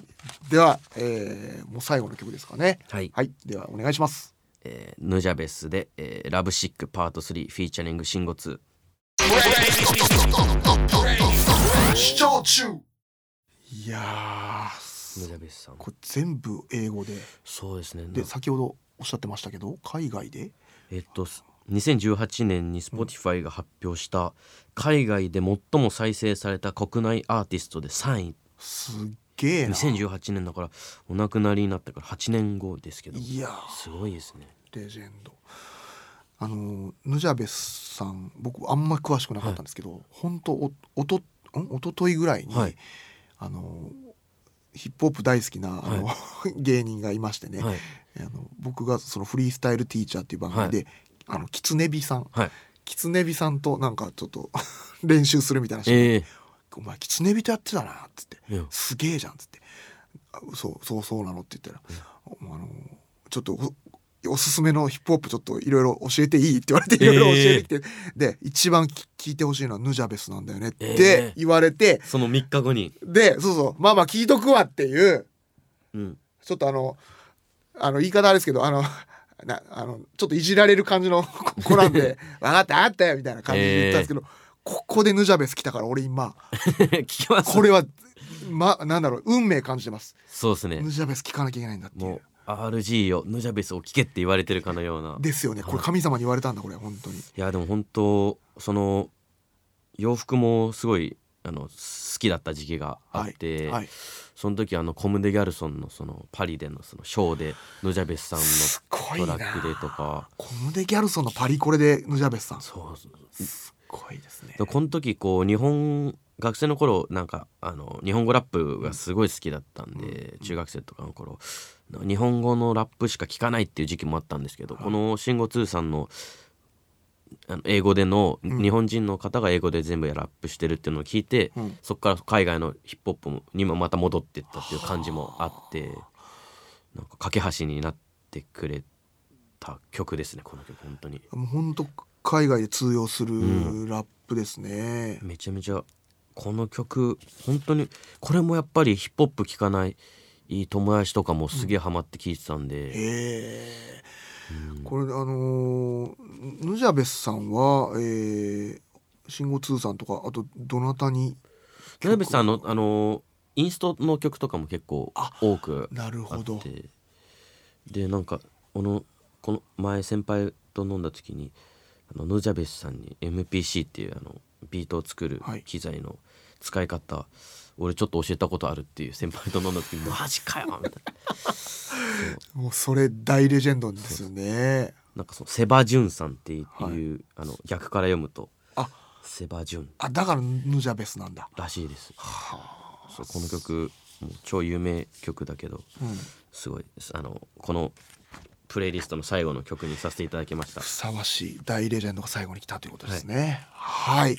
Speaker 1: では、えーもう最後の曲ですかね
Speaker 2: はい
Speaker 1: ではお願いします
Speaker 2: えーヌジャベスで、えーラブシックパート3フィーチャリングシンゴ2
Speaker 1: 視聴中いやー
Speaker 2: ヌジャベスさん
Speaker 1: これ全部英語で
Speaker 2: そうですね
Speaker 1: で先ほどおっしゃってましたけど海外で
Speaker 2: えっとす2018年に Spotify が発表した海外で最も再生された国内アーティストで3位
Speaker 1: すっげえな
Speaker 2: 2018年だからお亡くなりになってから8年後ですけど
Speaker 1: いやー
Speaker 2: すごいですね
Speaker 1: レジェンドあのヌジャベスさん僕あんま詳しくなかったんですけど本当、ほんとおおとんおとといぐらいに、
Speaker 2: はい
Speaker 1: あのヒップホップ大好きなあの、 芸人がいましてね、
Speaker 2: はい
Speaker 1: あの僕がその「フリースタイルティーチャー」っていう番組で、あのキツネビさん、
Speaker 2: はい
Speaker 1: キツネビさんとなんかちょっと 練習するみたいな話
Speaker 2: ええ
Speaker 1: お前キツネビとやってたな」っつって
Speaker 2: いや
Speaker 1: 「すげえじゃん」っつって「あそうそうそうなの」って言ったら「あのちょっとおおすすめのヒップホップちょっといろいろ教えていい?」って言われてい
Speaker 2: え
Speaker 1: ろ
Speaker 2: ー
Speaker 1: いろ教えてきて、で一番き聞いてほしいのはヌジャベスなんだよねっ
Speaker 2: え
Speaker 1: て
Speaker 2: ー
Speaker 1: 言われて、
Speaker 2: その3日後に、
Speaker 1: でそうそうまあまあ聞いとくわっていう
Speaker 2: うん、
Speaker 1: ちょっとあのあの言い方あれですけどあの。なあのちょっといじられる感じの 子なんで 「分かったあったよ」みたいな感じで言ったんですけど、ここでヌジャベス来たから俺今
Speaker 2: 聞きます
Speaker 1: これは、ま、なんだろう運命感じてます
Speaker 2: そうですね
Speaker 1: ヌジャベス聞かなきゃいけないんだってい
Speaker 2: も
Speaker 1: う
Speaker 2: う RG よヌジャベスを聞けって言われてるかのような
Speaker 1: ですよねこれ神様に言われたんだこれ本当に
Speaker 2: いやでも本当その洋服もすごいあの好きだった時期があって、
Speaker 1: はい
Speaker 2: その時あのコム・デ・ギャルソンのそのパリでのそのショーでヌジャベスさん
Speaker 1: すごい
Speaker 2: の
Speaker 1: な
Speaker 2: トラックでとか
Speaker 1: コムデ・ギャルソンのパリコレでヌジャベスさんす
Speaker 2: そう
Speaker 1: ごいですね
Speaker 2: でこの時こう日本学生の頃なんかあの日本語ラップがすごい好きだったんで、中学生とかの頃日本語のラップしか聞かないっていう時期もあったんですけど、この慎吾通さんのあの英語での、日本人の方が英語で全部ラップしてるっていうのを聞いて、
Speaker 1: うん
Speaker 2: そこから海外のヒップホップもにもまた戻ってったっていう感じもあってなんか架け橋になってくれた曲ですねこの曲本当に。
Speaker 1: もう本当海外で通用するラップですね、
Speaker 2: めちゃめちゃこの曲本当にこれもやっぱりヒップホップ聴かない友達とかもすげえハマって聴いてたんで、
Speaker 1: へえこれあのーヌジャベスさんは、えー、信号通さんとかあとどなたに
Speaker 2: ナベスさんのあのインストの曲とかも結構多く
Speaker 1: なる
Speaker 2: あ
Speaker 1: ほど
Speaker 2: ってでなんかこのこの前先輩と飲んだ時にあのヌジャベスさんに MPC っていうあのビートを作る
Speaker 1: はい
Speaker 2: 機材の使い方、俺ちょっと教えたことあるっていう先輩と飲んだ時にマジかよみたいな
Speaker 1: もうそれ大レジェンドですよね
Speaker 2: なんかそのセバジュンさんっていう、
Speaker 1: はい
Speaker 2: あの逆から読むと
Speaker 1: あ
Speaker 2: セバジュン
Speaker 1: あだからヌジャベスなんだ
Speaker 2: らしいです。そうこの曲もう超有名曲だけど、すごいですあのこのプレイリストの最後の曲にさせていただきました
Speaker 1: ふ。さわしい大レジェンドが最後に来たということですねはい、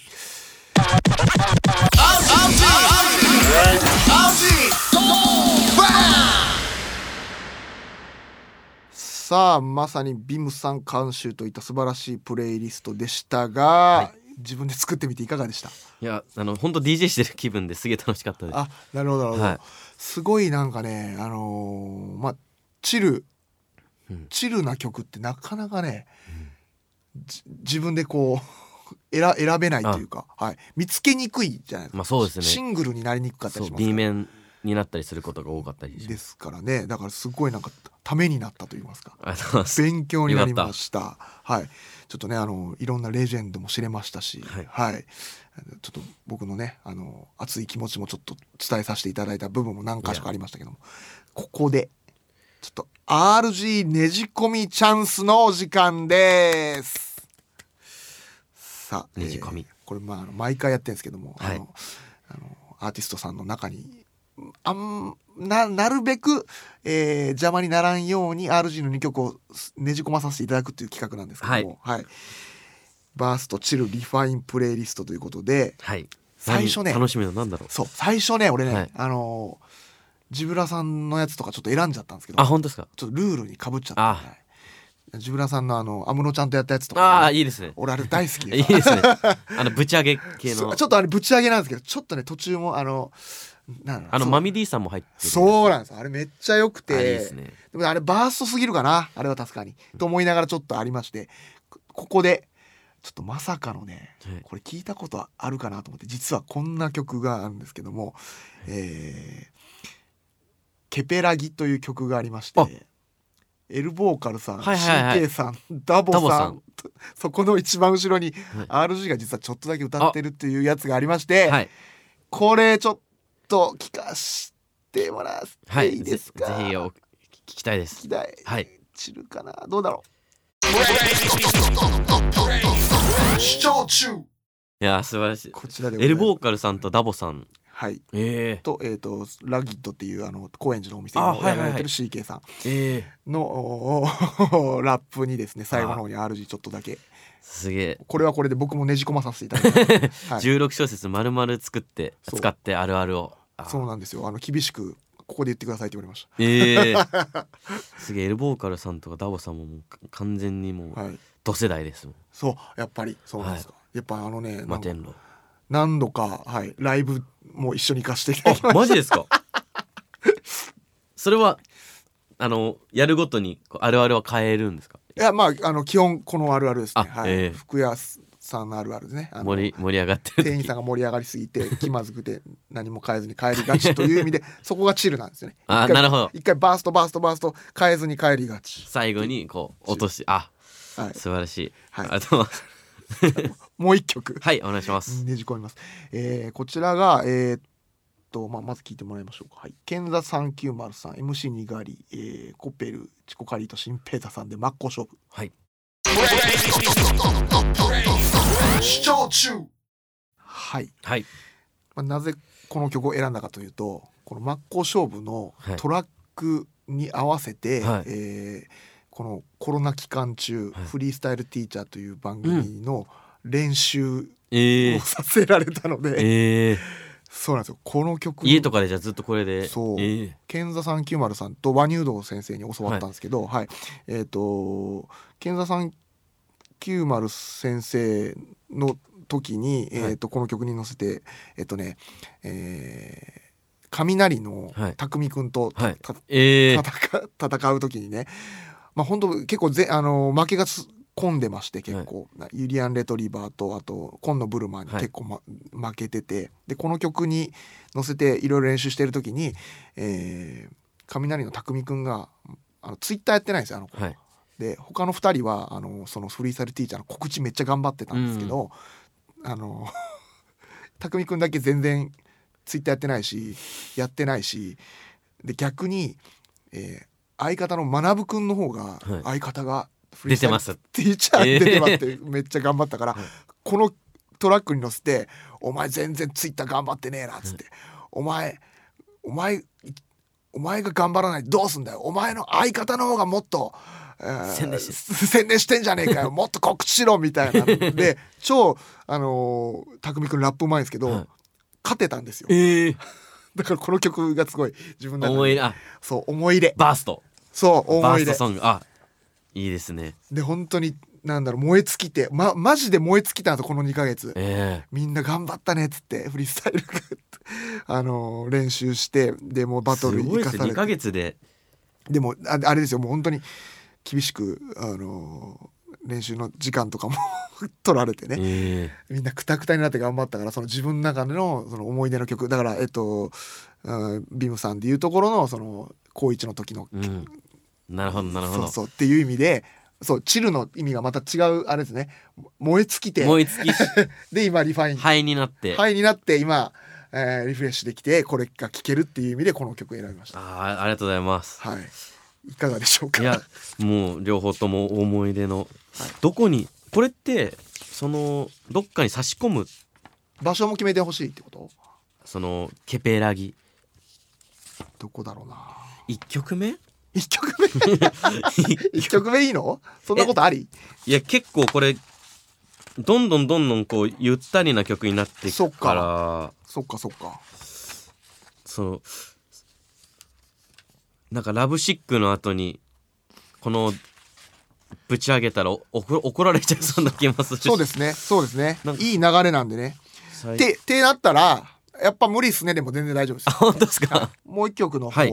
Speaker 1: さあまさにビムさん監修といった素晴らしいプレイリストでしたが、自分で作ってみていかがでした
Speaker 2: いやあの本当 DJ してる気分ですげえ楽しかったです
Speaker 1: あなるほどなるほど、
Speaker 2: はい
Speaker 1: すごいなんかねあのーまあチル
Speaker 2: うん
Speaker 1: チルな曲ってなかなかね、じ自分でこう 選選べないというか、はい、見つけにくいじゃないですか、
Speaker 2: まあそうですね
Speaker 1: シングルになりにくかった
Speaker 2: そ
Speaker 1: り
Speaker 2: う
Speaker 1: しますから
Speaker 2: B 面になったりすることが多かったりします
Speaker 1: ですからねだからすごいなんかためになったと言いますか
Speaker 2: ありがとうございます
Speaker 1: 勉強になりましたはいちょっとねあのいろんなレジェンドも知れましたし、
Speaker 2: はい
Speaker 1: ちょっと僕のねあの熱い気持ちもちょっと伝えさせていただいた部分も何箇所かありましたけどもここでちょっと RG ねじ込みチャンスのお時間ですさあ
Speaker 2: ねじ込み
Speaker 1: これまああの毎回やってるんですけども、
Speaker 2: はい
Speaker 1: あのあのアーティストさんの中にあんななるべく、えー邪魔にならんように RG の2曲をねじ込まさせていただくという企画なんですけども、はいバーストチルリファインプレイリストということで
Speaker 2: はい
Speaker 1: 最初ね
Speaker 2: 何楽しみのなんだろう
Speaker 1: そう最初ね俺ね、
Speaker 2: はい
Speaker 1: あのージブラさんのやつとかちょっと選んじゃったんですけど
Speaker 2: あ本当ですか
Speaker 1: ちょっとルールにかぶっちゃったんではいジブラさんのあの安室ちゃんとやったやつと
Speaker 2: あ
Speaker 1: か
Speaker 2: あ
Speaker 1: ね、
Speaker 2: いいですね
Speaker 1: 俺あれ大好き
Speaker 2: いいですねあのぶち上げ系
Speaker 1: そ
Speaker 2: の
Speaker 1: うちょっとあれぶち上げなんですけどちょっとね途中もあのなんだろう
Speaker 2: あの
Speaker 1: そう
Speaker 2: マミ D さんも入ってる
Speaker 1: そうなんですあれめっちゃ良くて
Speaker 2: あれいいですね
Speaker 1: でもあれバーストすぎるかなあれは確かに、と思いながらちょっとありましてこここでちょっとまさかのね
Speaker 2: はい
Speaker 1: これ聞いたことあるかなと思って実はこんな曲があるんですけども「えーケペラギ」という曲がありまし
Speaker 2: あ
Speaker 1: て。エルボーカルさん、
Speaker 2: はいはいはい
Speaker 1: CK さんダボさん
Speaker 2: ダボさん
Speaker 1: と そこの一番後ろに、RG が実はちょっとだけ歌ってるっていうやつがありまして、
Speaker 2: はい
Speaker 1: これちょっと聞かしてもらっ
Speaker 2: は
Speaker 1: て
Speaker 2: い
Speaker 1: いいですか、
Speaker 2: ぜぜひお聞きたいで
Speaker 1: 聞き
Speaker 2: す
Speaker 1: たい、
Speaker 2: はい
Speaker 1: 散るかなどうだろう視聴中
Speaker 2: いやー素晴らしい
Speaker 1: こちらでござ
Speaker 2: エ
Speaker 1: います
Speaker 2: ルボーカルさんとダボさん
Speaker 1: はい
Speaker 2: え
Speaker 1: と,、えー、とラギットっていうあの高円寺のお店
Speaker 2: あ
Speaker 1: を
Speaker 2: はいはい
Speaker 1: や
Speaker 2: はい
Speaker 1: られてる CK さ
Speaker 2: えええ
Speaker 1: んの おーラップにですね最後の方に RG ちょっとだけ
Speaker 2: すげえ
Speaker 1: これはこれで僕もねじ込まさせていただいて、はい、
Speaker 2: 16小節丸々作って
Speaker 1: そう
Speaker 2: 使ってあるあるをあー
Speaker 1: そうなんですよあの厳しくここで言ってくださいって言われまし
Speaker 2: ええ すげえエルボーカルさんとかダボさんももう完全にもう
Speaker 1: た、はい、
Speaker 2: 同世代ですもん
Speaker 1: そうやっぱりそうなんですよ、やっぱあのねなんか
Speaker 2: 摩天楼
Speaker 1: 何度か、はい、ライブも一緒に行かしていただきま
Speaker 2: あマジです かそれはあのやるごとにこうあるあるは変えるんですか
Speaker 1: いやまああの基本このあるあるですね、
Speaker 2: あ
Speaker 1: はい
Speaker 2: ええ
Speaker 1: 服屋さんのあるあるですねあの
Speaker 2: 盛り盛り上がってる
Speaker 1: 店員さんが盛り上がりすぎ て気まずくて何も変えずに帰りがちという意味でそこがチルなんですよね
Speaker 2: あ
Speaker 1: 一回
Speaker 2: なるほど
Speaker 1: 一回バーストバーストバースト変えずに帰りがち、
Speaker 2: 最後にこう落としあ
Speaker 1: はい、
Speaker 2: 素晴らしい、
Speaker 1: はい
Speaker 2: ありがとうございます
Speaker 1: もう一曲
Speaker 2: はいお願いします
Speaker 1: ねじ込みます、えーこちらがえーっと、まあ、まず聞いてもらいましょうかはい「ケンザ390さん MC にがり、えーコペルチコカリーとシンペータさんで真っ向勝負」
Speaker 2: はい
Speaker 1: 視聴中はい、
Speaker 2: はい
Speaker 1: まあ、なぜこの曲を選んだかというとこの真っ向勝負の
Speaker 2: はい
Speaker 1: トラックに合わせて、
Speaker 2: はい
Speaker 1: えーこのコロナ期間中、
Speaker 2: はい
Speaker 1: フリースタイルティーチャーという番組の練習
Speaker 2: え
Speaker 1: を
Speaker 2: ー、
Speaker 1: させられたので、
Speaker 2: えー、
Speaker 1: そうなんですよこの曲
Speaker 2: 家とかでじゃあずっとこれで
Speaker 1: そう
Speaker 2: えー
Speaker 1: 賢座三九丸さんと和乳道先生に教わったんですけど、はいえっ、と賢座三九丸先生の時に、
Speaker 2: はい
Speaker 1: えー、とこの曲に乗せてえっ、とね、えー雷の
Speaker 2: はい
Speaker 1: 匠くんとた、
Speaker 2: はい
Speaker 1: た
Speaker 2: えー、
Speaker 1: 戦戦う時にねまあ本当結構ぜあの負けがつ込んでまして結構、なユリアン・レトリバーとあと今野ブルマーに
Speaker 2: はい
Speaker 1: 結構、ま負けててでこの曲に乗せていろいろ練習してる時に、えー雷の匠くんがあのツイッターやってないんですよあの子、
Speaker 2: はい
Speaker 1: で他の2人はあのそのフリーサルティーチャーの告知めっちゃ頑張ってたんですけど、あの 匠くんだけ全然ツイッターやってないしやってないしで逆に、えー相方の学くんの方が
Speaker 2: はい
Speaker 1: 相方がフリー
Speaker 2: 出
Speaker 1: スタイル
Speaker 2: てます
Speaker 1: ティーチャーに出てますってめっちゃ頑張ったから、
Speaker 2: はい
Speaker 1: このトラックに乗せて「お前全然ツイッター頑張ってねえな」っつって「お前お前いお前が頑張らないでどうすんだよお前の相方の方がもっと、えー
Speaker 2: 宣伝し
Speaker 1: 宣伝してんじゃねえか よもっと告知しろ」みたいなので超あのー、匠くんラップうまいんですけど、
Speaker 2: はい
Speaker 1: 勝てたんですよ
Speaker 2: えー、
Speaker 1: だからこの曲がすごい自分の中
Speaker 2: 思い
Speaker 1: で
Speaker 2: 入れあ
Speaker 1: そう思い入れ
Speaker 2: バースト
Speaker 1: そう思
Speaker 2: バ
Speaker 1: い入
Speaker 2: ースト
Speaker 1: れ
Speaker 2: ソングあいいですね
Speaker 1: で本当になんだろう燃え尽きてまマジで燃え尽きたんですよこの2ヶ月
Speaker 2: え
Speaker 1: みんな頑張ったねっつってフリースタイル あのー練習してでもう
Speaker 2: え
Speaker 1: バトル
Speaker 2: す
Speaker 1: 生
Speaker 2: ごいで
Speaker 1: か
Speaker 2: す
Speaker 1: さ
Speaker 2: ね
Speaker 1: れ
Speaker 2: 2ヶ
Speaker 1: て
Speaker 2: 月で
Speaker 1: でもああれですよもう本当に厳しくあのー練習の時間とかも 取られてね
Speaker 2: え
Speaker 1: みんなクタクタになって頑張ったからその自分の中でのその思い出の曲だからえっと、うん、ビムさんでいうところのその高一の時の、
Speaker 2: えうんなるほどなるほ
Speaker 1: そう
Speaker 2: ど
Speaker 1: そうっていう意味でそうチルの意味がまた違うあれですね燃え尽きて
Speaker 2: 燃え尽きし
Speaker 1: で今リファイン
Speaker 2: 灰になっ て
Speaker 1: はいになって今、えーリフレッシュできてこれが聴けるっていう意味でこの曲選びました。
Speaker 2: あーありがとうございます
Speaker 1: はい、いかがでしょうか。
Speaker 2: いやもう両方とも思い出の、どこにこれってそのどっかに差し込む
Speaker 1: 場所も決めてほしいってこと？
Speaker 2: そのケペラギ
Speaker 1: どこだろうな。
Speaker 2: 1曲目
Speaker 1: 一曲目 一曲目いいの？そんなことあり？
Speaker 2: いや結構これどんどんどんどんこうゆったりな曲になってい
Speaker 1: そっ
Speaker 2: く
Speaker 1: か
Speaker 2: から
Speaker 1: そっかそっか。
Speaker 2: そのなんか「ラブシック」の後にこのぶち上げたらお怒怒られちゃいそうな気もするし
Speaker 1: そうですね。そうですね
Speaker 2: なん。か
Speaker 1: いい流れなんでね。
Speaker 2: 最
Speaker 1: ててなったらやっぱ無理っすねでも全然大丈夫です
Speaker 2: あ。本当ですか
Speaker 1: もう一曲の方、
Speaker 2: はい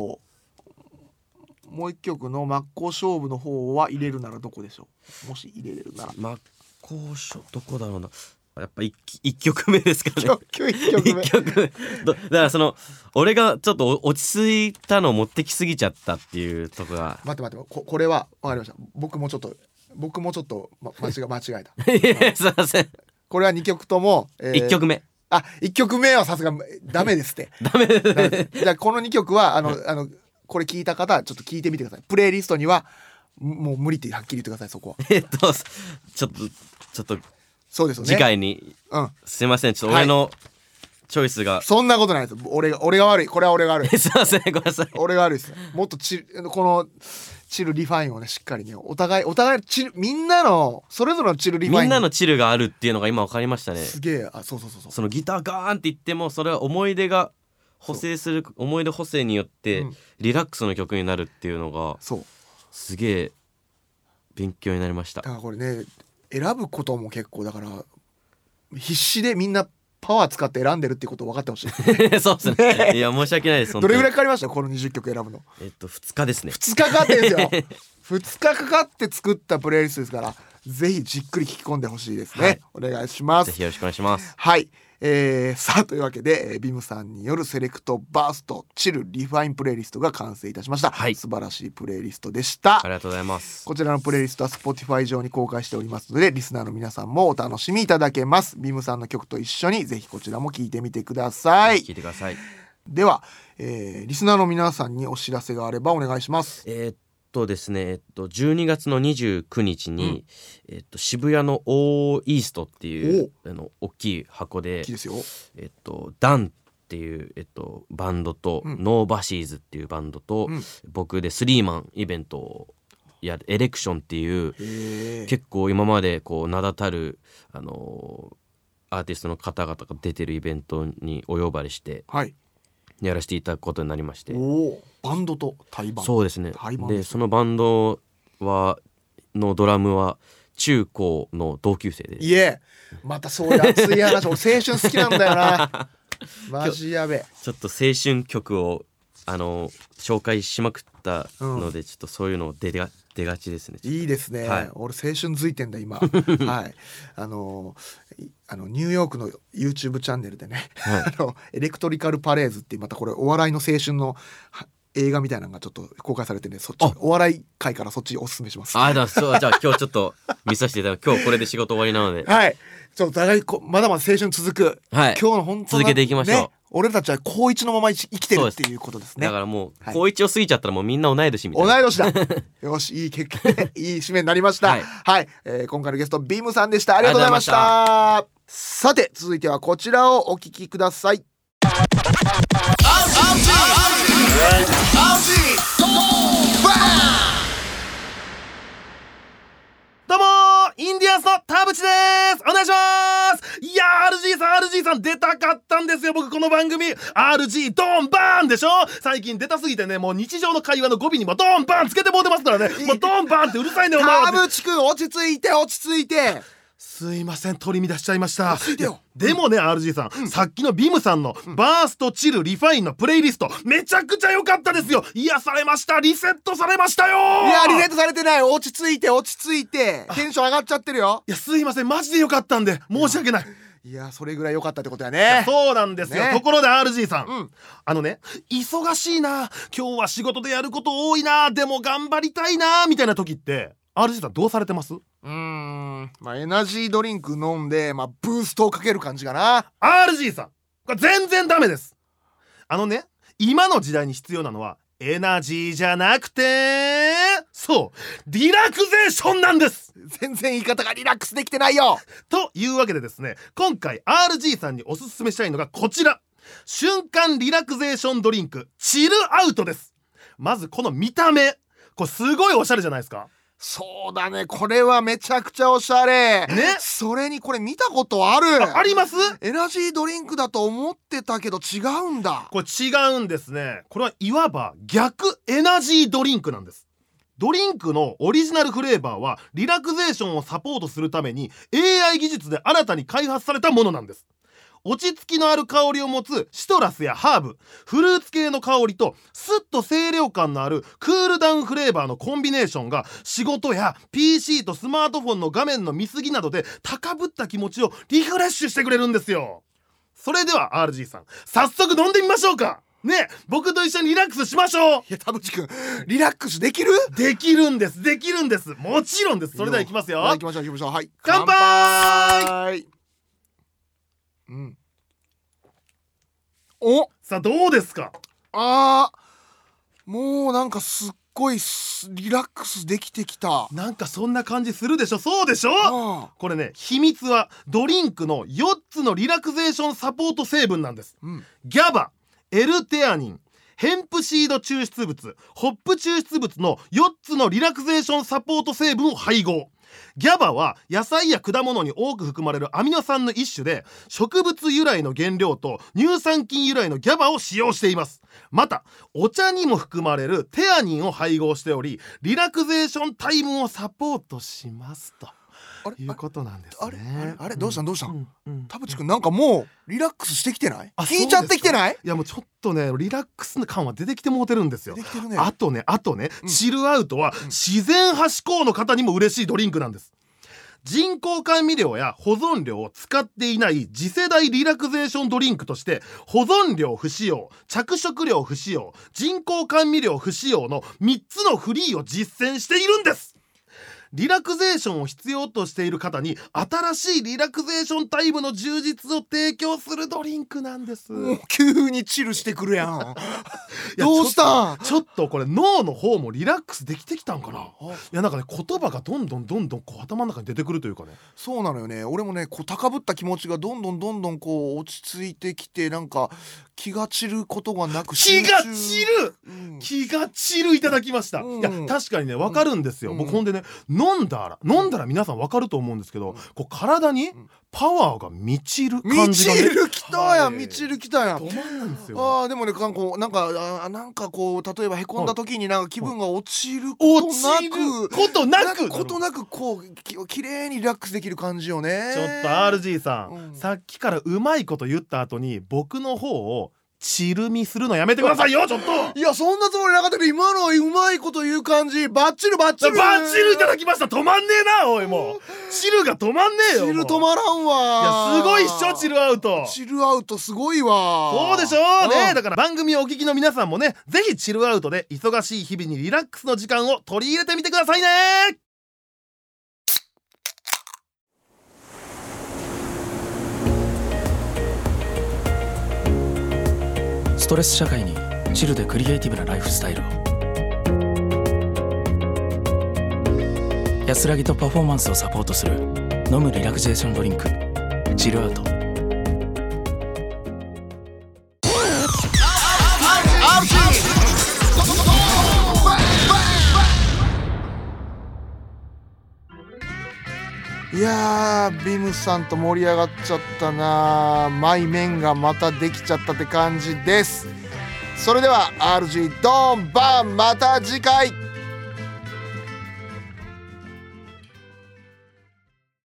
Speaker 1: もう一曲の真っ向勝負の方は入れるならどこでしょう？もし入れれるなら。
Speaker 2: 真っ向勝どこだろうなやっぱ 1, 曲目ですかね
Speaker 1: 一曲一曲目
Speaker 2: 一。曲どだからその俺がちょっとお落ち着いたのを持ってきすぎちゃったっていうとこが
Speaker 1: 待って待ってここれはわかりました僕もちょっと僕もちょっと、ま、間違え間違えた
Speaker 2: い やすいません
Speaker 1: これは2曲とも、え
Speaker 2: 1曲
Speaker 1: 目
Speaker 2: 目
Speaker 1: あ一曲目はさすがダメですって
Speaker 2: ダ メ
Speaker 1: ダメですじゃあこの2曲はあのあのこれ聞いた方はちょっと聞いてみてくださいプレイリストにはももう無理ってはっきり言ってくださいそこは
Speaker 2: えっとちょっとちょっと
Speaker 1: そうですよね
Speaker 2: 次回に
Speaker 1: うん
Speaker 2: すいませんちょっと
Speaker 1: はい
Speaker 2: 俺のチョイスが、
Speaker 1: そんなことないです俺が俺が悪いこれは俺が悪い
Speaker 2: すいませんごめんなさい
Speaker 1: 俺が悪いですもっとチルこのチルリファインをねしっかりねお互いお互いチルみんなのそれぞれのチルリファイン
Speaker 2: みんなのチルがあるっていうのが今分かりましたね
Speaker 1: すげえあそうそうそうそう
Speaker 2: そのギターガーンって言ってもそれは思い出が補正する思い出補正によって
Speaker 1: うん
Speaker 2: リラックスの曲になるっていうのが
Speaker 1: そう
Speaker 2: すげえ勉強になり ました
Speaker 1: だからこれね選ぶことも結構だから必死でみんなパワー使って選んでるってことを分かってほしい
Speaker 2: そうですね。いや、申し訳ないです。
Speaker 1: どれぐらい
Speaker 2: い
Speaker 1: かかりましたこの20曲選ぶ の
Speaker 2: えっと、2日ですね。
Speaker 1: 2日かかってんですよ2日かかって作ったプレイリストですからぜひじっくり聞き込んでほしいですね、
Speaker 2: はい
Speaker 1: お願いしま
Speaker 2: ぜ
Speaker 1: す
Speaker 2: ひよろしくお願いします。
Speaker 1: はい、えー、 さあというわけで、えービムさんによるセレクトバーストチルリファインプレイリストが完成いたしました、
Speaker 2: はい
Speaker 1: 素晴らしいプレイリストでした
Speaker 2: ありがとうございます。
Speaker 1: こちらのプレイリストは Spotify 上に公開しておりますので、リスナーの皆さんもお楽しみいただけます。ビムさんの曲と一緒にぜひこちらも聴いてみてください
Speaker 2: 聞。いてください。
Speaker 1: では、えーリスナーの皆さんにお知らせがあればお願いします。
Speaker 2: えーっとですね、えっと、12月の29日に、えっと、渋谷のオーイーストっていう、あの、大きい箱で
Speaker 1: いい、ですよ。
Speaker 2: えっと、ダンっていう、えっと、バンドと、
Speaker 1: うん
Speaker 2: ノーバシーズっていうバンドと、
Speaker 1: うん
Speaker 2: 僕でスリーマンイベントをやる、エレクションっていう、
Speaker 1: へー
Speaker 2: 結構今までこう名だたる、あのーアーティストの方々が出てるイベントにお呼ばれして
Speaker 1: はい。
Speaker 2: やらせていただくことになりまして
Speaker 1: おお、バンドと対バン。
Speaker 2: そうですね
Speaker 1: 対バン
Speaker 2: でそのバンドはのドラムは中高の同級生で
Speaker 1: いえ、またそういう熱い話、俺青春好きなんだよ な。マジやべえ。
Speaker 2: ちょっと青春曲を、あのー紹介しまくったので、ちょっとそういうのを出が出がちですね。
Speaker 1: いいですね。
Speaker 2: はい
Speaker 1: 俺青春づいてんだ 今。はい。あのいあのニューヨークの YouTube チャンネルでね、 あのエレクトリカルパレーズっていうまたこれお笑いの青春のは映画みたいなのがちょっと公開されてね、そっち
Speaker 2: あ
Speaker 1: お笑い界からそっちおすすめします。は
Speaker 2: あだそうじゃあ今日ちょっと見させていただき今日これで仕事終わりなので
Speaker 1: い。ちょっとお互いこまだまだ青春続く。
Speaker 2: はい
Speaker 1: 今日の本当の
Speaker 2: 続けていきましょう
Speaker 1: ね、俺たちは高一のまま生きてるっていうことですね
Speaker 2: だか。らもう
Speaker 1: はい
Speaker 2: 高一を過ぎちゃったらもうみんな同い年みたい
Speaker 1: 同
Speaker 2: ない
Speaker 1: 年だ よしいい結果でいい締めになりましたは
Speaker 2: はいい、
Speaker 1: えー今回のゲストビームさんでしたありがとうございましたさて続いてはこちらをお聞きください
Speaker 3: どうもーインディアンスの田淵ですお願いしますいやー RG さん RG さんさん出たかったんですよ僕この番組 RG ドンバーンでしょ最近出たすぎてねもう日常の会話の語尾にもドンバーンつけてもうてますからねもうドンバーンってうるさいねお前
Speaker 1: 田
Speaker 3: は
Speaker 1: 淵君落ち着いて落ち着いて
Speaker 3: すいません取り乱しちゃいました
Speaker 1: いてよ
Speaker 3: いやでもね、RG さん、さっきのビムさんの「バーストチルリファイン」のプレイリストめちゃくちゃ良かったですよ癒されましたリセットされましたよ
Speaker 1: いやリセットされてない落ち着いて落ち着いてテンション上がっちゃってるよ
Speaker 3: いやすいませんマジで良かったんで申し訳ない
Speaker 1: いやそれぐらい良かったってことやね
Speaker 3: そうなんですよ、
Speaker 1: ね
Speaker 3: ところで RG さん、
Speaker 1: うん
Speaker 3: あのね忙しいな今日は仕事でやること多いなでも頑張りたいなみたいな時って RG さんどうされてます
Speaker 1: うーんまあエナジードリンク飲んでまあブーストをかける感じかな
Speaker 3: RG さんこれ全然ダメですあのね今の時代に必要なのはエナジーじゃなくてそうリラクゼーションなんです
Speaker 1: 全然言い方がリラックスできてないよ
Speaker 3: というわけでですね今回 RG さんにおすすめしたいのがこちら瞬間リラクゼーションドリンクチルアウトですまずこの見た目これすごいおしゃれじゃないですか
Speaker 1: そうだねこれはめちゃくちゃおしゃれ
Speaker 3: ね
Speaker 1: それにこれ見たことある
Speaker 3: ああります
Speaker 1: エナジードリンクだと思ってたけど違うんだ
Speaker 3: これ違うんですねこれはいわば逆エナジードリンクなんですドリンクのオリジナルフレーバーはリラクゼーションをサポートするために AI 技術で新たに開発されたものなんです落ち着きのある香りを持つシトラスやハーブフルーツ系の香りとスッと清涼感のあるクールダウンフレーバーのコンビネーションが仕事や PC とスマートフォンの画面の見過ぎなどで高ぶった気持ちをリフレッシュしてくれるんですよそれでは RG さん早速飲んでみましょうかねえ僕と一緒にリラックスしましょう
Speaker 1: いや田淵君リラックスできる
Speaker 3: できるんですできるんですもちろんですそれではいきますよ
Speaker 1: はい行きましょう行きましょうはい
Speaker 3: 乾杯
Speaker 1: 杯うんお
Speaker 3: さあどうですか
Speaker 1: あーもうなんかすっごいすリラックスできてきた
Speaker 3: なんかそんな感じするでしょそうでしょ
Speaker 1: あ
Speaker 3: これね秘密はドリンクの4つのリラクゼーションサポート成分なんです
Speaker 1: うん
Speaker 3: ギャバエルテアニンヘンプシード抽出物ホップ抽出物の4つのリラクゼーションサポート成分を配合ギャバは野菜や果物に多く含まれるアミノ酸の一種で植物由来の原料と乳酸菌由来のギャバを使用していますまたお茶にも含まれるテアニンを配合しておりリラクゼーションタイムをサポートしますと
Speaker 1: あれ
Speaker 3: いうことなんですね
Speaker 1: あれあれあれどうしたんどうしたん
Speaker 3: んうん
Speaker 1: 田淵君なんかもうリラックスしてきてない
Speaker 3: あ
Speaker 1: 聞いちゃってきてない
Speaker 3: いやもうちょっとねリラックス感は出てきてもうてるんですよ
Speaker 1: できてるね
Speaker 3: あとねあとね、
Speaker 1: うん
Speaker 3: チルアウトは自然派志向の方にも嬉しいドリンクなんです人工甘味料や保存料を使っていない次世代リラクゼーションドリンクとして保存料不使用着色料不使用人工甘味料不使用の3つのフリーを実践しているんですリラクゼーションを必要としている方に新しいリラクゼーションタイムの充実を提供するドリンクなんです
Speaker 1: もう急にチルしてくるや ん
Speaker 3: や
Speaker 1: どうしたん
Speaker 3: ちょっとこれ脳の方もリラックスできてきたんかないやなんかね言葉がどんどんどんどんこう頭の中に出てくるというかね
Speaker 1: そうなのよね俺もねこう高ぶった気持ちがどんどんどんどんこう落ち着いてきてなんか気が散ることがなく
Speaker 3: 気が
Speaker 1: 集中
Speaker 3: 散る
Speaker 1: うん
Speaker 3: 気が散るいただきました、
Speaker 1: うん
Speaker 3: いや確かにねわかるんですよ、
Speaker 1: うん
Speaker 3: 僕ほんでね飲んだら飲んだら皆さんわかると思うんですけど、
Speaker 1: うん
Speaker 3: こう体に
Speaker 1: ん
Speaker 3: パワーが満ちる
Speaker 1: み
Speaker 3: 感じがね
Speaker 1: ちるきたやん
Speaker 3: はい
Speaker 1: みちるきたやん
Speaker 3: 止まんないんですよ
Speaker 1: あーでもねかんこうなんかあーなんかこう例えばへこんだ時になんか気分が落ちること
Speaker 3: 落
Speaker 1: な
Speaker 3: ちる
Speaker 1: く
Speaker 3: ことなく
Speaker 1: ことなくこうききれいにリラックスできる感じよね
Speaker 3: ちょっと RG さん、
Speaker 1: うん
Speaker 3: さっきからうまいこと言った後に僕の方をチルみするのやめてくださいよちょっと
Speaker 1: いやそんなつもりなかったけど今のうまいこと言う感じバッチリバッチ
Speaker 3: バ
Speaker 1: リ
Speaker 3: ッチルいただきました止まんねえなおいもうチルが止まんねえよ
Speaker 1: チル
Speaker 3: もう
Speaker 1: 止まらんわ
Speaker 3: いやすごいっしょチルアウト
Speaker 1: チルアウトすごいわ
Speaker 3: そうでしょうね
Speaker 1: ん
Speaker 3: だから番組をお聞きの皆さんもねぜひチルアウトで忙しい日々にリラックスの時間を取り入れてみてくださいね
Speaker 4: ストレス社会にチルでクリエイティブなライフスタイルを安らぎとパフォーマンスをサポートする飲むリラクゼーションドリンクチルアウト
Speaker 1: いいやービムさんと盛り上がっちゃったなマイ麺がまたできちゃったって感じですそれでは RG ドンバンまた次回